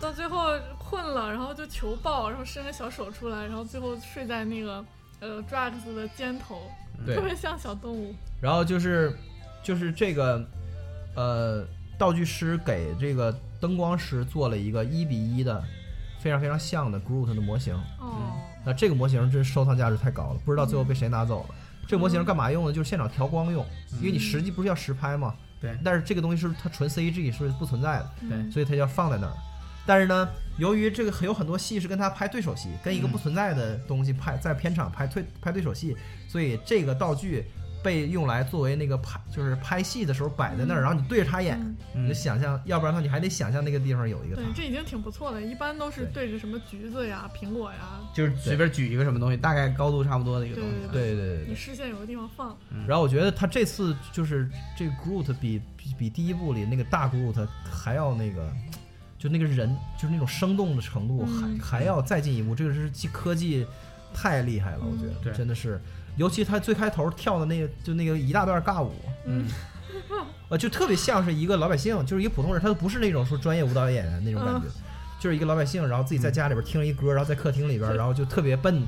Speaker 1: 到最后困了，然后就求抱，然后伸个小手出来，然后最后睡在那个呃 Drax 的肩头，
Speaker 2: 对
Speaker 1: 特别像小动物，
Speaker 2: 然后就是就是这个呃道具师给这个灯光师做了一个一比一的非常非常像的 Groot 的模型。
Speaker 1: 哦，
Speaker 2: 那这个模型真是收藏价值太高了，不知道最后被谁拿走了。这个模型干嘛用呢？就是现场调光用，因为你实际不是要实拍嘛。
Speaker 3: 对
Speaker 2: 但是这个东西是它纯 CG 是不存在的，
Speaker 1: 嗯
Speaker 2: 所以它就要放在那儿。但是呢，由于这个有很多戏是跟他拍对手戏，跟一个不存在的东西拍在片场拍对拍对手戏，所以这个道具被用来作为那个拍就是拍戏的时候摆在那儿，
Speaker 1: 嗯
Speaker 2: 然后你对着他演，
Speaker 1: 嗯
Speaker 2: 你
Speaker 3: 嗯
Speaker 2: 就想象，要不然的话你还得想象那个地方有一个他
Speaker 1: 对，。这已经挺不错的，一般都是对着什么橘子呀、苹果呀，
Speaker 3: 就是随便举一个什么东西，大概高度差不多的一个
Speaker 1: 对
Speaker 3: 东西
Speaker 1: 对
Speaker 3: 啊。
Speaker 2: 对对对对
Speaker 1: 你。视线有个地方放，
Speaker 3: 嗯
Speaker 2: 然后我觉得他这次就是这个 Groot 比比比第一部里那个大 Groot 还要那个，就那个人就是那种生动的程度还、
Speaker 1: 嗯
Speaker 2: 还要再进一步。这个是技科技太厉害了，我觉得、
Speaker 3: 对
Speaker 2: 真的是，尤其他最开头跳的那个就那个一大段尬舞，
Speaker 3: 嗯，
Speaker 2: 呃，就特别像是一个老百姓，就是一个普通人，他都不是那种说专业舞蹈演员那种感觉，就是一个老百姓，然后自己在家里边听一歌，然后在客厅里边，然后就特别笨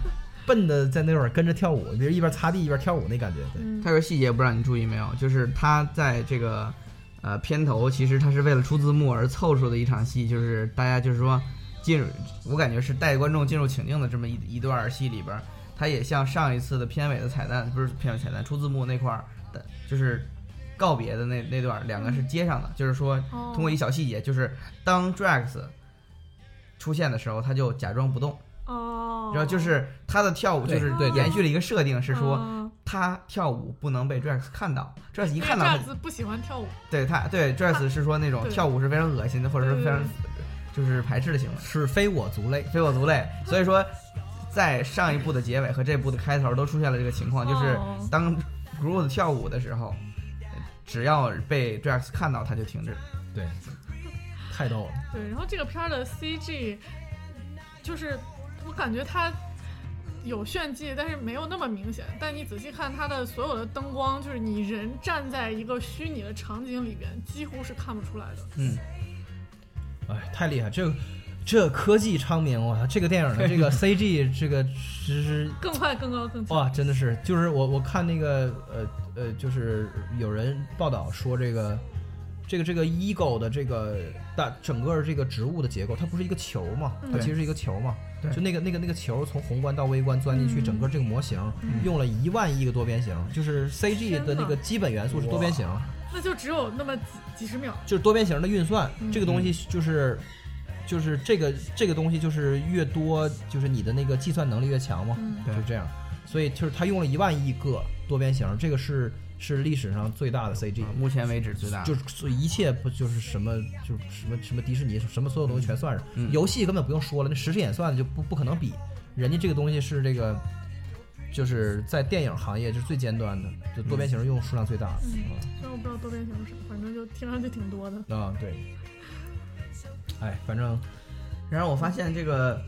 Speaker 2: 笨的在那块儿跟着跳舞，就是一边擦地一边跳舞那感觉，对。
Speaker 1: 嗯
Speaker 3: 他有个细节不知道你注意没有，就是他在这个呃片头，其实他是为了出字幕而凑出的一场戏，就是大家就是说进入，我感觉是带观众进入情境的这么一一段戏里边儿，他也像上一次的片尾的彩蛋，不是片尾彩蛋，出字幕那块儿的，就是告别的那那段儿，两个
Speaker 1: 嗯
Speaker 3: 是接上的，就是说
Speaker 1: 哦
Speaker 3: 通过一小细节，就是当 Drax 出现的时候，他就假装不动，
Speaker 1: 哦，
Speaker 3: 然后就是他的跳舞就
Speaker 2: 对
Speaker 3: 是
Speaker 2: 对对
Speaker 3: 延续了一个设定，是说。
Speaker 1: 嗯
Speaker 3: 他跳舞不能被 Drax 看到，Drax 一
Speaker 1: 因为
Speaker 3: 看到他，
Speaker 1: Drax 不喜欢跳舞，
Speaker 3: 对他对 Drax 是说那种
Speaker 1: 对
Speaker 3: 跳舞是非常恶心的，或者是非常
Speaker 1: 对
Speaker 3: 就是排斥的行为，哎
Speaker 2: 是非我族类。
Speaker 3: 非我族类。所以说，在上一部的结尾和这部的开头都出现了这个情况，就是
Speaker 1: 哦
Speaker 3: 当 Groot 跳舞的时候，只要被 Drax 看到，他就停止。
Speaker 2: 对，太逗了。
Speaker 1: 对，然后这个片儿的 CG 就是我感觉它。有炫技，但是没有那么明显。但你仔细看它的所有的灯光，就是你人站在一个虚拟的场景里边，几乎是看不出来的。
Speaker 3: 嗯，
Speaker 2: 哎，太厉害！这个这科技昌明，哇，这个电影的这个 CG 这个实是
Speaker 1: 更快、更高、更强。
Speaker 2: 哇，真的是，就是我我看那个呃呃，就是有人报道说这个这个这个 ego 的这个大整个这个植物的结构，它不是一个球嘛，它
Speaker 3: 嗯
Speaker 2: 其实是一个球嘛，
Speaker 3: 对
Speaker 2: 就那个那个那个球从宏观到微观钻进去，
Speaker 1: 嗯
Speaker 2: 整个这个模型
Speaker 1: 嗯
Speaker 2: 用了一万亿个多边形，就是
Speaker 1: 天
Speaker 2: CG 的那
Speaker 1: 呐
Speaker 2: 个基本元素是多边形，
Speaker 1: 那就只有那么几几十秒。
Speaker 2: 就是多边形的运算，
Speaker 1: 嗯
Speaker 2: 这个东西就是。就是这个这个东西，就是越多，就是你的那个计算能力越强嘛。
Speaker 1: 嗯，
Speaker 3: 对
Speaker 2: 就是这样。所以就是他用了一万亿个多边形，这个是是历史上最大的 CG，、
Speaker 3: 啊目前为止最大的
Speaker 2: 就是所以一切不就是什么就是什么什么迪士尼什么所有东西全算上，
Speaker 3: 嗯
Speaker 2: 游戏根本不用说了，那实时演算的就不不可能比，人家这个东西是这个。就是在电影行业就是最尖端的，就多边形用数量最大的。
Speaker 1: 嗯虽然我不知道多边形是啥，反正就听上去挺多的。
Speaker 2: 啊、对。哎，反正
Speaker 3: 然后我发现这个，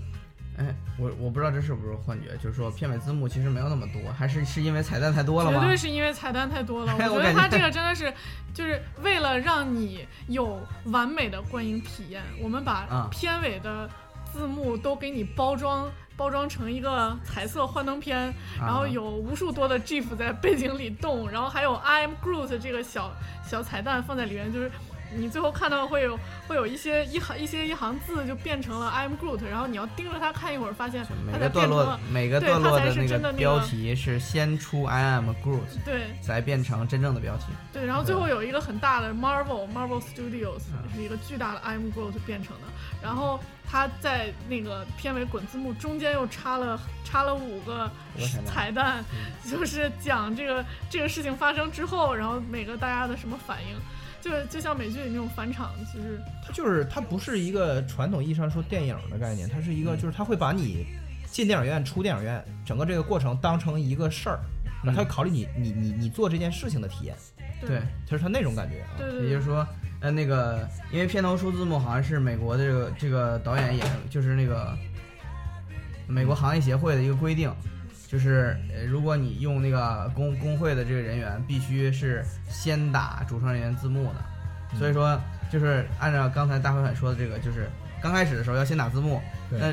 Speaker 3: 哎，我我不知道这是不是幻觉，就是说片尾字幕其实没有那么多，还是是因为彩蛋太多了
Speaker 1: 绝
Speaker 3: 吗
Speaker 1: 对？是因为彩蛋太多了，我
Speaker 3: 哎
Speaker 1: 觉
Speaker 3: 我
Speaker 1: 得
Speaker 3: 感觉
Speaker 1: 他这个真的是，就是为了让你有完美的观影体验，我们把
Speaker 3: 啊
Speaker 1: 片尾的字幕都给你包装。包装成一个彩色幻灯片，
Speaker 3: 啊
Speaker 1: 然后有无数多的 GIF 在背景里动，然后还有 I am Groot 这个小小彩蛋放在里面，就是你最后看到会有会有一些一行一些一行字就变成了 I am Groot，然后你要盯着它看一会儿，发现
Speaker 3: 就
Speaker 1: 它
Speaker 3: 每
Speaker 1: 才
Speaker 3: 个
Speaker 1: 变
Speaker 3: 段
Speaker 1: 成
Speaker 3: 落
Speaker 1: 了
Speaker 3: 每个段落
Speaker 1: 对它才是
Speaker 3: 那
Speaker 1: 真的
Speaker 3: 个
Speaker 1: 那个
Speaker 3: 标题是先出 I am Groot，
Speaker 1: 对
Speaker 3: 再变成真正的标题。
Speaker 1: 对，然后最
Speaker 3: 对
Speaker 1: 后有一个很大的 Marvel Marvel Studios
Speaker 3: 嗯
Speaker 1: 是一个巨大的 I'm Groot 变成的，然后他在那个片尾滚字幕中间又插了插了五个
Speaker 3: 五个彩蛋嗯
Speaker 1: 彩蛋， 就是讲这个这个事情发生之后，然后每个大家的什么反应，就是就像美剧里那种返场，就是
Speaker 2: 它就是它不是一个传统意义上说电影的概念，它是一个
Speaker 3: 嗯
Speaker 2: 就是它会把你进电影院、出电影院整个这个过程当成一个事儿，然
Speaker 3: 嗯
Speaker 2: 后它会考虑你你你你做这件事情的体验，
Speaker 3: 对，
Speaker 2: 就是它那种感觉啊。
Speaker 1: 对对
Speaker 3: 也就
Speaker 1: 对，
Speaker 3: 是说，呃，那个因为片头出字幕好像是美国的这个这个导演也就是那个美国行业协会的一个规定，就是呃，如果你用那个工工会的这个人员，必须是先打主创人员字幕
Speaker 2: 嗯
Speaker 3: 的，所以说就是按照刚才大辉很说的这个，就是刚开始的时候要先打字幕，
Speaker 2: 对
Speaker 3: 那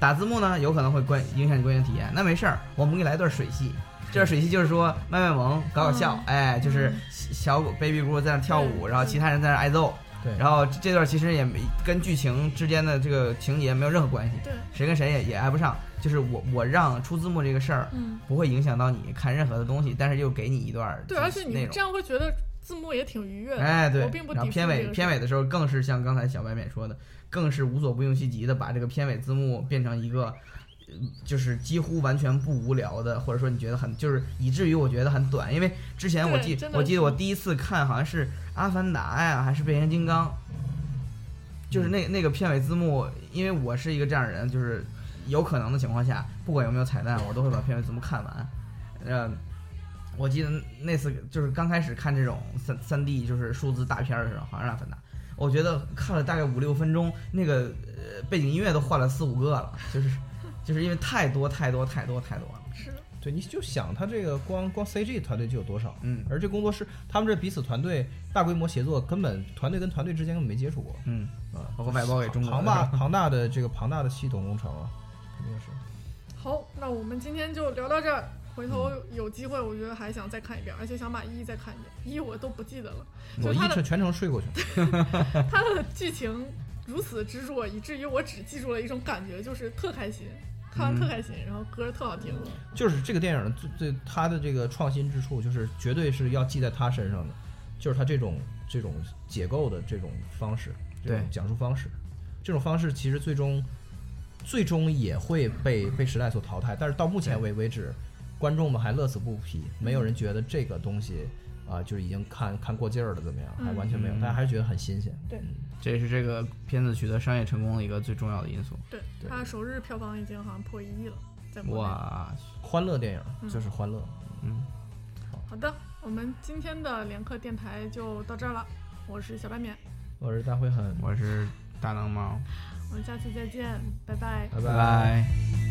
Speaker 3: 打字幕呢有可能会观影响你观影体验，那没事儿，我们给你来段水戏。这段水戏就是说卖卖萌，搞搞笑，哎，就是小狗 baby g r o 在那跳舞，
Speaker 1: 嗯对
Speaker 3: 然后其他人在那挨揍，
Speaker 2: 对
Speaker 3: 然后这这段其实也没跟剧情之间的这个情节没有任何关系，
Speaker 1: 对，
Speaker 3: 谁跟谁也也挨不上。就是我我让出字幕这个事儿
Speaker 1: 嗯，
Speaker 3: 不会影响到你看任何的东西，但是又给你一段儿
Speaker 1: 对，
Speaker 3: 这
Speaker 1: 而且
Speaker 3: 内
Speaker 1: 你
Speaker 3: 容
Speaker 1: 这。样会觉得字幕也挺愉悦的，
Speaker 3: 哎，对
Speaker 1: 我并，不
Speaker 3: 然后
Speaker 1: 抵触
Speaker 3: 片
Speaker 1: 这
Speaker 3: 尾
Speaker 1: 个事
Speaker 3: 片尾的时候，更是像刚才小白免说的，更是无所不用其极的把这个片尾字幕变成一个，呃就是几乎完全不无聊的，或者说你觉得很就是以至于我觉得很短，因为之前我
Speaker 1: 对
Speaker 3: 记
Speaker 1: 真的
Speaker 3: 我记
Speaker 1: 是
Speaker 3: 得我第一次看好像是《阿凡达》呀，还是《变形金刚》，就是那那个片尾字幕，因为我是一个这样的人，就是有可能的情况下，不管有没有彩蛋，我都会把片尾字幕看完，呃。我记得那次就是刚开始看这种三三 D 就是数字大片儿的时候，好像是《阿凡达》，我觉得看了大概五六分钟，那个呃背景音乐都换了四五个了，就是就是因为太多太多太多太多了。
Speaker 1: 是的，
Speaker 2: 对，你就想它这个光光 CG 团队就有多少，
Speaker 3: 嗯
Speaker 2: 而这工作室他们这彼此团队大规模协作，根本团队跟团队之间根本没接触过
Speaker 3: 嗯，
Speaker 2: 啊。
Speaker 3: 包括外包给中国
Speaker 2: 庞
Speaker 3: 的
Speaker 2: 大
Speaker 3: 是吧
Speaker 2: 庞大的这个庞大的系统工程啊，肯定是。
Speaker 1: 好，那我们今天就聊到这儿。回头有机会，我觉得还想再看一遍，而且想把一再看一遍。一我都不记得了，
Speaker 2: 我
Speaker 1: 就
Speaker 2: 一
Speaker 1: 它的
Speaker 2: 全全程睡过去，
Speaker 1: 它的剧情如此执着，以至于我只记住了一种感觉，就是特开心，看完特开心，然后歌儿特好听。
Speaker 2: 就是这个电影最最它的这个创新之处，就是绝对是要记在他身上的，就是他这种这种解构的这种方式，这种
Speaker 3: 对
Speaker 2: 讲述方式，这种方式其实最终最终也会被被时代所淘汰。但是到目前为为止，观众们还乐此不疲，没有人觉得这个东西啊、就是已经看看过劲儿了，怎么样？还完全没有，
Speaker 3: 嗯
Speaker 2: 大家还是觉得很新鲜。
Speaker 1: 对
Speaker 3: 这也是这个片子取得商业成功的一个最重要的因素。
Speaker 1: 对，
Speaker 2: 对
Speaker 1: 它首日票房已经好像破一亿了，在国内。
Speaker 3: 哇，
Speaker 2: 欢乐电影
Speaker 1: 嗯
Speaker 2: 就是欢乐。
Speaker 3: 嗯，
Speaker 1: 好的，我们今天的连客电台就到这儿了。我是小白免，
Speaker 2: 我是大辉很，
Speaker 3: 我是大能猫，
Speaker 1: 我们下次再见，拜拜。
Speaker 2: 拜
Speaker 3: 拜拜